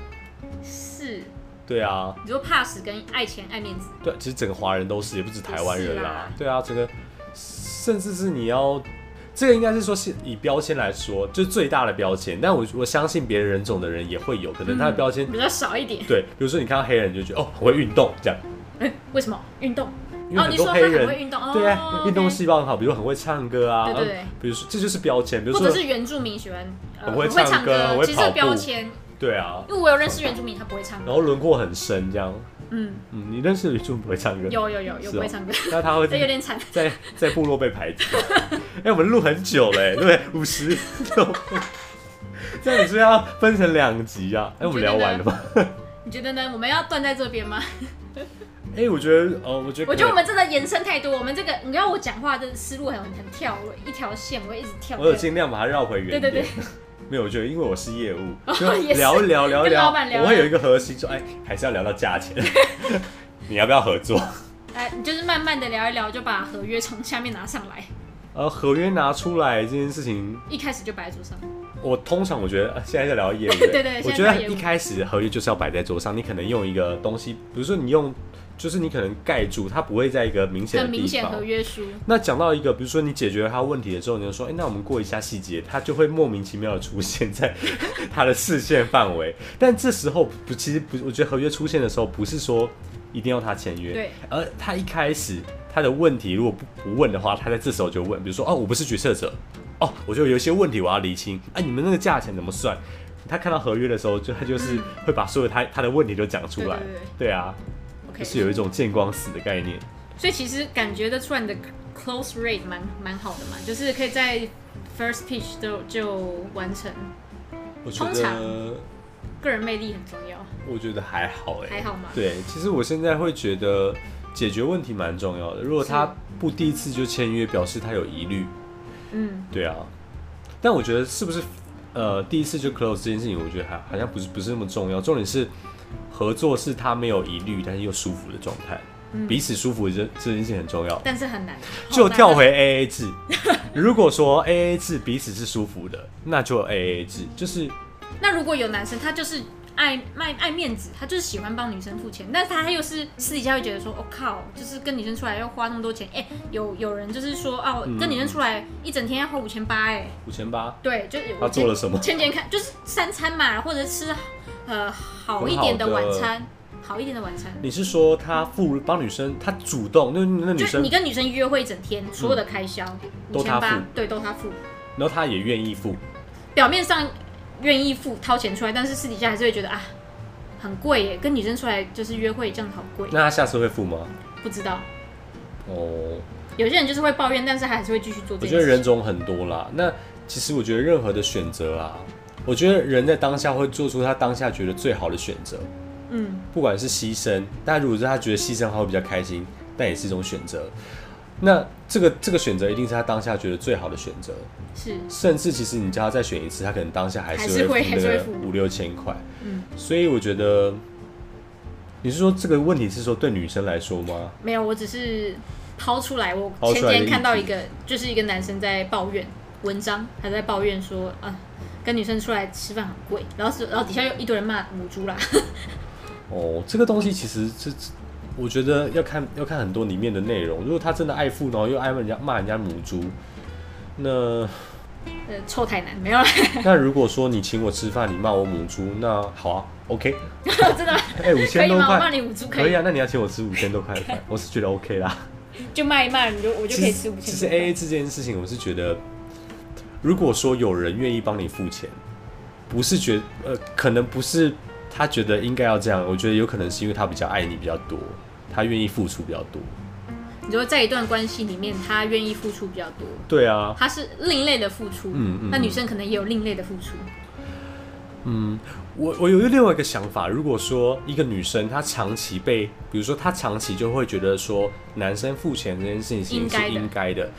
[SPEAKER 1] 是，
[SPEAKER 2] 对啊，
[SPEAKER 1] 你说怕死跟爱钱爱面子，
[SPEAKER 2] 对，啊其实整个华人都是，也不止台湾人啦。
[SPEAKER 1] 是啦
[SPEAKER 2] 对啊，整个甚至是你要，这个应该是说是以标签来说，就是最大的标签。但我我相信别的人种的人也会有，可能他的标签、
[SPEAKER 1] 比较少一点。 (laughs)
[SPEAKER 2] 对，比如说你看到黑人你就觉得哦很会运动这样，
[SPEAKER 1] 哎，为什么运动？
[SPEAKER 2] 因为
[SPEAKER 1] 哦，
[SPEAKER 2] 很
[SPEAKER 1] 你
[SPEAKER 2] 多
[SPEAKER 1] 说他
[SPEAKER 2] 黑
[SPEAKER 1] 很
[SPEAKER 2] 人。
[SPEAKER 1] 会运动，哦
[SPEAKER 2] 对啊，运动
[SPEAKER 1] OK
[SPEAKER 2] 细胞很好，比如很会唱歌啊，
[SPEAKER 1] 对对对
[SPEAKER 2] 比如说这就是标签，比如
[SPEAKER 1] 或者
[SPEAKER 2] 说
[SPEAKER 1] 是原住民喜欢，呃，
[SPEAKER 2] 很
[SPEAKER 1] 很
[SPEAKER 2] 会
[SPEAKER 1] 会
[SPEAKER 2] 唱
[SPEAKER 1] 唱
[SPEAKER 2] 歌很会
[SPEAKER 1] 其实这
[SPEAKER 2] 跑
[SPEAKER 1] 个标
[SPEAKER 2] 步哦
[SPEAKER 1] 签，
[SPEAKER 2] 对啊，
[SPEAKER 1] 因为我有认识原住民，他不会唱
[SPEAKER 2] 然
[SPEAKER 1] 歌。
[SPEAKER 2] 后轮廓很深这样，
[SPEAKER 1] 嗯，
[SPEAKER 2] 嗯，你认识的就不会唱歌，
[SPEAKER 1] 有有有
[SPEAKER 2] 是
[SPEAKER 1] 有
[SPEAKER 2] 哦
[SPEAKER 1] 不会唱歌，
[SPEAKER 2] 那他会
[SPEAKER 1] 这有点惨。
[SPEAKER 2] 在在部落被排挤。 (laughs) 哎、我们录很久嘞，对不对？五十六分，这样你是要分成两集啊？哎、我们聊完了吗？ (laughs)
[SPEAKER 1] 你觉得呢？我们要断在这边吗？
[SPEAKER 2] 哎、哎、我觉得，哦，我觉得可能，
[SPEAKER 1] 我觉得我们真的延伸太多，我们这个你看我讲话的思路很很跳，我一条线我会一直跳。
[SPEAKER 2] 我有尽量把它绕回原点。
[SPEAKER 1] 对对对
[SPEAKER 2] (laughs) 没有，我觉得因为我是业务，
[SPEAKER 1] 也
[SPEAKER 2] 就是聊一聊聊一
[SPEAKER 1] 跟
[SPEAKER 2] 聊
[SPEAKER 1] 老板，聊
[SPEAKER 2] 我会有一个核心说，哎，还是要聊到价钱， (laughs) 你要不要
[SPEAKER 1] (laughs)
[SPEAKER 2] 合作？
[SPEAKER 1] 哎，你就是慢慢的聊一聊，就把合约从下面拿上来，
[SPEAKER 2] 呃，合约拿出来这件事情，
[SPEAKER 1] 一开始就摆在桌上。
[SPEAKER 2] 我通常我觉得呃现在在聊业务，
[SPEAKER 1] (laughs) 对对现
[SPEAKER 2] 我
[SPEAKER 1] 在
[SPEAKER 2] 觉
[SPEAKER 1] 聊
[SPEAKER 2] 得
[SPEAKER 1] 业务
[SPEAKER 2] 一开始合约就是要摆在桌上，你可能用一个东西，比如说你用，就是你可能盖住，它不会在一个明显
[SPEAKER 1] 很
[SPEAKER 2] 的
[SPEAKER 1] 明
[SPEAKER 2] 地
[SPEAKER 1] 显合
[SPEAKER 2] 方。
[SPEAKER 1] 约书，
[SPEAKER 2] 那讲到一个，比如说你解决了他问题了之后，你就说，哎、那我们过一下细节，他就会莫名其妙的出现在 (laughs) 他的视线范围。但这时候不，其实不，我觉得合约出现的时候，不是说一定要他签约，
[SPEAKER 1] 对，
[SPEAKER 2] 而他一开始他的问题如果不不问的话，他在这时候就问，比如说，哦，我不是决策者，哦，我就有一些问题我要厘清，哎、你们那个价钱怎么算？他看到合约的时候，就他就是会把所有他他的问题都讲出来，
[SPEAKER 1] 嗯对对
[SPEAKER 2] 对啊，
[SPEAKER 1] OK，
[SPEAKER 2] 就是有一种见光死的概念。
[SPEAKER 1] 所以其实感觉得出来你的 close rate 蛮蛮好的嘛，就是可以在 first pitch 就就完成。
[SPEAKER 2] 我
[SPEAKER 1] 觉得通常个人魅力很重要，
[SPEAKER 2] 我觉得还好哎、
[SPEAKER 1] 还好吗
[SPEAKER 2] 对，其实我现在会觉得解决问题蛮重要的。如果
[SPEAKER 1] 是
[SPEAKER 2] 他不第一次就签约，表示他有疑虑，
[SPEAKER 1] 嗯，
[SPEAKER 2] 对啊。但我觉得是不是呃第一次就 close 这件事情，我觉得还好像不是不是那么重要。重点是合作是他没有疑虑，但是又舒服的状态，彼此舒服这这件事情很重要。
[SPEAKER 1] 嗯但是很难。
[SPEAKER 2] 就
[SPEAKER 1] 好难啊
[SPEAKER 2] 跳回 AA 制。如果说 AA 制彼此是舒服的，那就 AA 制，就是
[SPEAKER 1] 那如果有男生他就是爱爱爱面子，他就是喜欢帮女生付钱，但是他又是私底下会觉得说，我、靠，就是跟女生出来要花那么多钱，哎、有有人就是说，哦、
[SPEAKER 2] 嗯
[SPEAKER 1] 我跟女生出来一整天要花五千八，哎，
[SPEAKER 2] 五千八。
[SPEAKER 1] 对，就是
[SPEAKER 2] 他做了什么
[SPEAKER 1] 前前看就是三餐嘛，或者吃呃好一点的晚餐，好一点的晚餐。
[SPEAKER 2] 你是说他付帮女生，他主动，那那女
[SPEAKER 1] 就是
[SPEAKER 2] 生嗯
[SPEAKER 1] 你，跟女生约会一整天，所有的开销五
[SPEAKER 2] 都
[SPEAKER 1] 千
[SPEAKER 2] 他付
[SPEAKER 1] 八，对，都他付。
[SPEAKER 2] 然后他也愿意付，
[SPEAKER 1] 表面上愿意付掏钱出来，但是私底下还是会觉得啊，很贵耶，跟女生出来就是约会这样好贵。
[SPEAKER 2] 那他下次会付吗？
[SPEAKER 1] 不知道，
[SPEAKER 2] 哦，
[SPEAKER 1] 有些人就是会抱怨，但是还是会继续做
[SPEAKER 2] 我
[SPEAKER 1] 这
[SPEAKER 2] 觉
[SPEAKER 1] 件
[SPEAKER 2] 得人
[SPEAKER 1] 事。
[SPEAKER 2] 种很多啦。那其实我觉得任何的选择啊，我觉得人在当下会做出他当下觉得最好的选择，
[SPEAKER 1] 嗯，
[SPEAKER 2] 不管是牺牲，但如果是他觉得牺牲他会比较开心，但也是一种选择。那这个这个选择一定是他当下觉得最好的选择，
[SPEAKER 1] 是
[SPEAKER 2] 甚至其实你叫他再选一次，他可能当下还
[SPEAKER 1] 还
[SPEAKER 2] 是
[SPEAKER 1] 是会
[SPEAKER 2] 会
[SPEAKER 1] 还
[SPEAKER 2] 付
[SPEAKER 1] 是会
[SPEAKER 2] 个
[SPEAKER 1] 付
[SPEAKER 2] 五六千块。
[SPEAKER 1] 嗯
[SPEAKER 2] 所以我觉得，你是说这个问题是说对女生来说吗？
[SPEAKER 1] 没有，我只是抛出来。我
[SPEAKER 2] 抛
[SPEAKER 1] 前
[SPEAKER 2] 出来
[SPEAKER 1] 几
[SPEAKER 2] 的
[SPEAKER 1] 天看到
[SPEAKER 2] 意
[SPEAKER 1] 一
[SPEAKER 2] 见
[SPEAKER 1] 个，就是一个男生在抱怨文章，他在抱怨说啊，跟女生出来吃饭很贵，然后是然后底下又一堆人骂母猪啦。
[SPEAKER 2] 哦，这个东西其实这，这我觉得要看要看很多里面的内容。如果他真的爱富，然后又爱人家骂人家母猪，那 (laughs)
[SPEAKER 1] 呃，臭台南没有啦， (laughs)
[SPEAKER 2] 那如果说你请我吃饭，你骂我母猪，那好啊，OK，
[SPEAKER 1] 真的吗？
[SPEAKER 2] 哎、五
[SPEAKER 1] 可
[SPEAKER 2] 千
[SPEAKER 1] 以
[SPEAKER 2] 多
[SPEAKER 1] 吗？我骂
[SPEAKER 2] 块。
[SPEAKER 1] 你母猪
[SPEAKER 2] 可以啊，那你要请我吃五千多块的饭，我是觉得 OK 啦。
[SPEAKER 1] 就骂一骂，你就我就可以吃五
[SPEAKER 2] 其
[SPEAKER 1] 千。
[SPEAKER 2] 实 AA 制这件事情，我是觉得，如果说有人愿意帮你付钱，不是觉呃，可能不是他觉得应该要这样，我觉得有可能是因为他比较爱你比较多，他愿意付出比较多。
[SPEAKER 1] 你说在一段关系里面，他愿意付出比较多，
[SPEAKER 2] 对啊，
[SPEAKER 1] 他是另类的付出，
[SPEAKER 2] 嗯嗯
[SPEAKER 1] 那女生可能也有另类的付出，
[SPEAKER 2] 我我有另外一个想法，如果说一个女生她长期被，比如说她长期就会觉得说男生付钱这件事情
[SPEAKER 1] 应
[SPEAKER 2] 是
[SPEAKER 1] 该的
[SPEAKER 2] 应该的，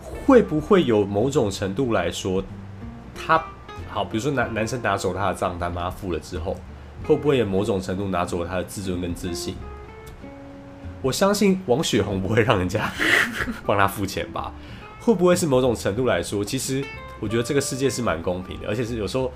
[SPEAKER 2] 会不会有某种程度来说，她好，比如说男男生拿走她的账单，帮她付了之后，会不会也某种程度拿走了她的自尊跟自信？我相信王雪红不会让人家 (laughs) 帮她付钱吧？会不会是某种程度来说，其实我觉得这个世界是蛮公平的，而且是有时候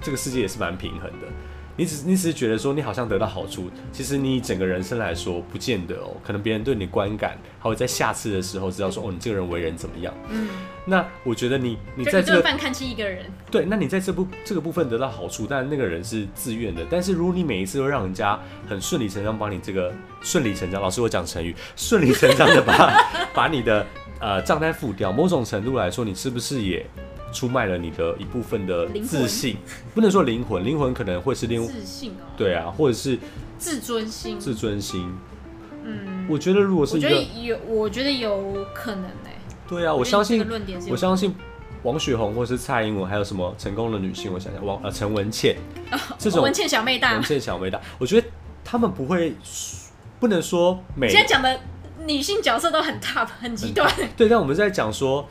[SPEAKER 2] 这个世界也是蛮平衡的。你只你只是觉得说你好像得到好处，其实你整个人生来说不见得哦，可能别人对你的观感，还有在下次的时候知道说哦你这个人为人怎么样。
[SPEAKER 1] 嗯，
[SPEAKER 2] 那我觉得你你
[SPEAKER 1] 就
[SPEAKER 2] 在
[SPEAKER 1] 一
[SPEAKER 2] 这
[SPEAKER 1] 顿
[SPEAKER 2] 个
[SPEAKER 1] 饭看清一个人，
[SPEAKER 2] 对，那你在这部这个部分得到好处，当然那个人是自愿的。但是如果你每一次都让人家很顺理成章帮你这个顺理成章，老师我讲成语，顺理成章的把把你的呃账单付掉，某种程度来说，你是不是也出卖了你的一部分的
[SPEAKER 1] 灵
[SPEAKER 2] 自
[SPEAKER 1] 魂
[SPEAKER 2] 信？不能说灵魂，灵魂可能会是另
[SPEAKER 1] 自信哦，
[SPEAKER 2] 对啊，或者是
[SPEAKER 1] 自尊心，
[SPEAKER 2] 自尊心。
[SPEAKER 1] 嗯，
[SPEAKER 2] 我觉得如果
[SPEAKER 1] 我
[SPEAKER 2] 是一
[SPEAKER 1] 觉
[SPEAKER 2] 个
[SPEAKER 1] 得有，我觉得有可能哎、
[SPEAKER 2] 对啊，
[SPEAKER 1] 我
[SPEAKER 2] 我
[SPEAKER 1] 觉得
[SPEAKER 2] 相
[SPEAKER 1] 这
[SPEAKER 2] 信
[SPEAKER 1] 个论点是有
[SPEAKER 2] 我相信王雪红或是蔡英文，还有什么成功的女性，我想想王呃陈文茜这种
[SPEAKER 1] 哦文倩小妹大
[SPEAKER 2] 文，倩小妹大，我觉得他们不会不能说
[SPEAKER 1] (laughs)
[SPEAKER 2] 每
[SPEAKER 1] 今天讲的女性角色都很 top，很极端。
[SPEAKER 2] 对，但我们在讲说，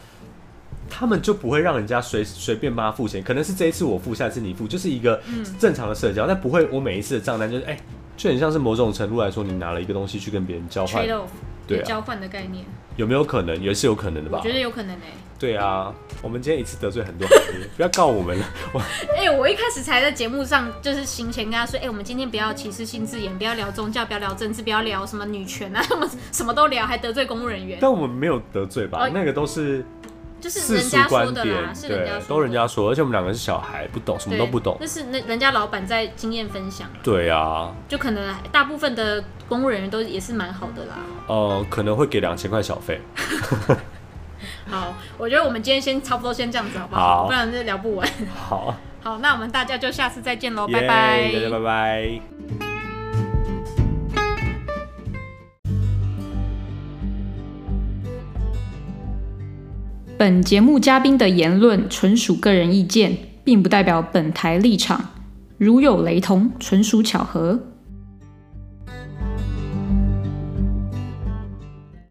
[SPEAKER 2] 他们就不会让人家随随便帮他付钱，可能是这一次我付，下次你付，就是一个
[SPEAKER 1] 嗯
[SPEAKER 2] 正常的社交，但不会我每一次的账单就是哎、就很像是某种程度来说，你拿了一个东西去跟别人交换
[SPEAKER 1] trade，off，
[SPEAKER 2] 对啊
[SPEAKER 1] 有交换的概念，
[SPEAKER 2] 有没有可能？也是有可能的
[SPEAKER 1] 我
[SPEAKER 2] 吧
[SPEAKER 1] 觉？得有可能哎、
[SPEAKER 2] 对啊，我们今天一次得罪
[SPEAKER 1] (laughs)
[SPEAKER 2] 很多行业，不要告我们了。
[SPEAKER 1] 哎、我一开始才在节目上，就是行前跟他说，哎、我们今天不要歧视性字眼，不要聊宗教，不要聊政治，不要聊什么女权啊，什么什么都聊，还得罪公务人员，
[SPEAKER 2] 但我们没有得罪吧？
[SPEAKER 1] 哦
[SPEAKER 2] 那个都是
[SPEAKER 1] 就是
[SPEAKER 2] 世
[SPEAKER 1] 人
[SPEAKER 2] 俗
[SPEAKER 1] 家说
[SPEAKER 2] 观
[SPEAKER 1] 的啦，
[SPEAKER 2] 点，
[SPEAKER 1] 是人家
[SPEAKER 2] 对
[SPEAKER 1] 说，的
[SPEAKER 2] 都人家说，而且我们两个是小孩，不懂，什么
[SPEAKER 1] 对
[SPEAKER 2] 都不懂。
[SPEAKER 1] 那是那人家老板在经验分享，
[SPEAKER 2] 对啊，
[SPEAKER 1] 就可能大部分的公务人员都也是蛮好的啦。
[SPEAKER 2] 呃，可能会给两千块小费。
[SPEAKER 1] 好，我觉得我们今天先差不多先这样子好不
[SPEAKER 2] 好
[SPEAKER 1] 不然这聊不完。 (laughs)
[SPEAKER 2] 好，
[SPEAKER 1] 好，那我们大家就下次再见喽，
[SPEAKER 2] 耶
[SPEAKER 1] 拜拜。
[SPEAKER 2] 大家拜拜。
[SPEAKER 3] 本节目嘉宾的言论纯属个人意见，并不代表本台立场。如有雷同，纯属巧合。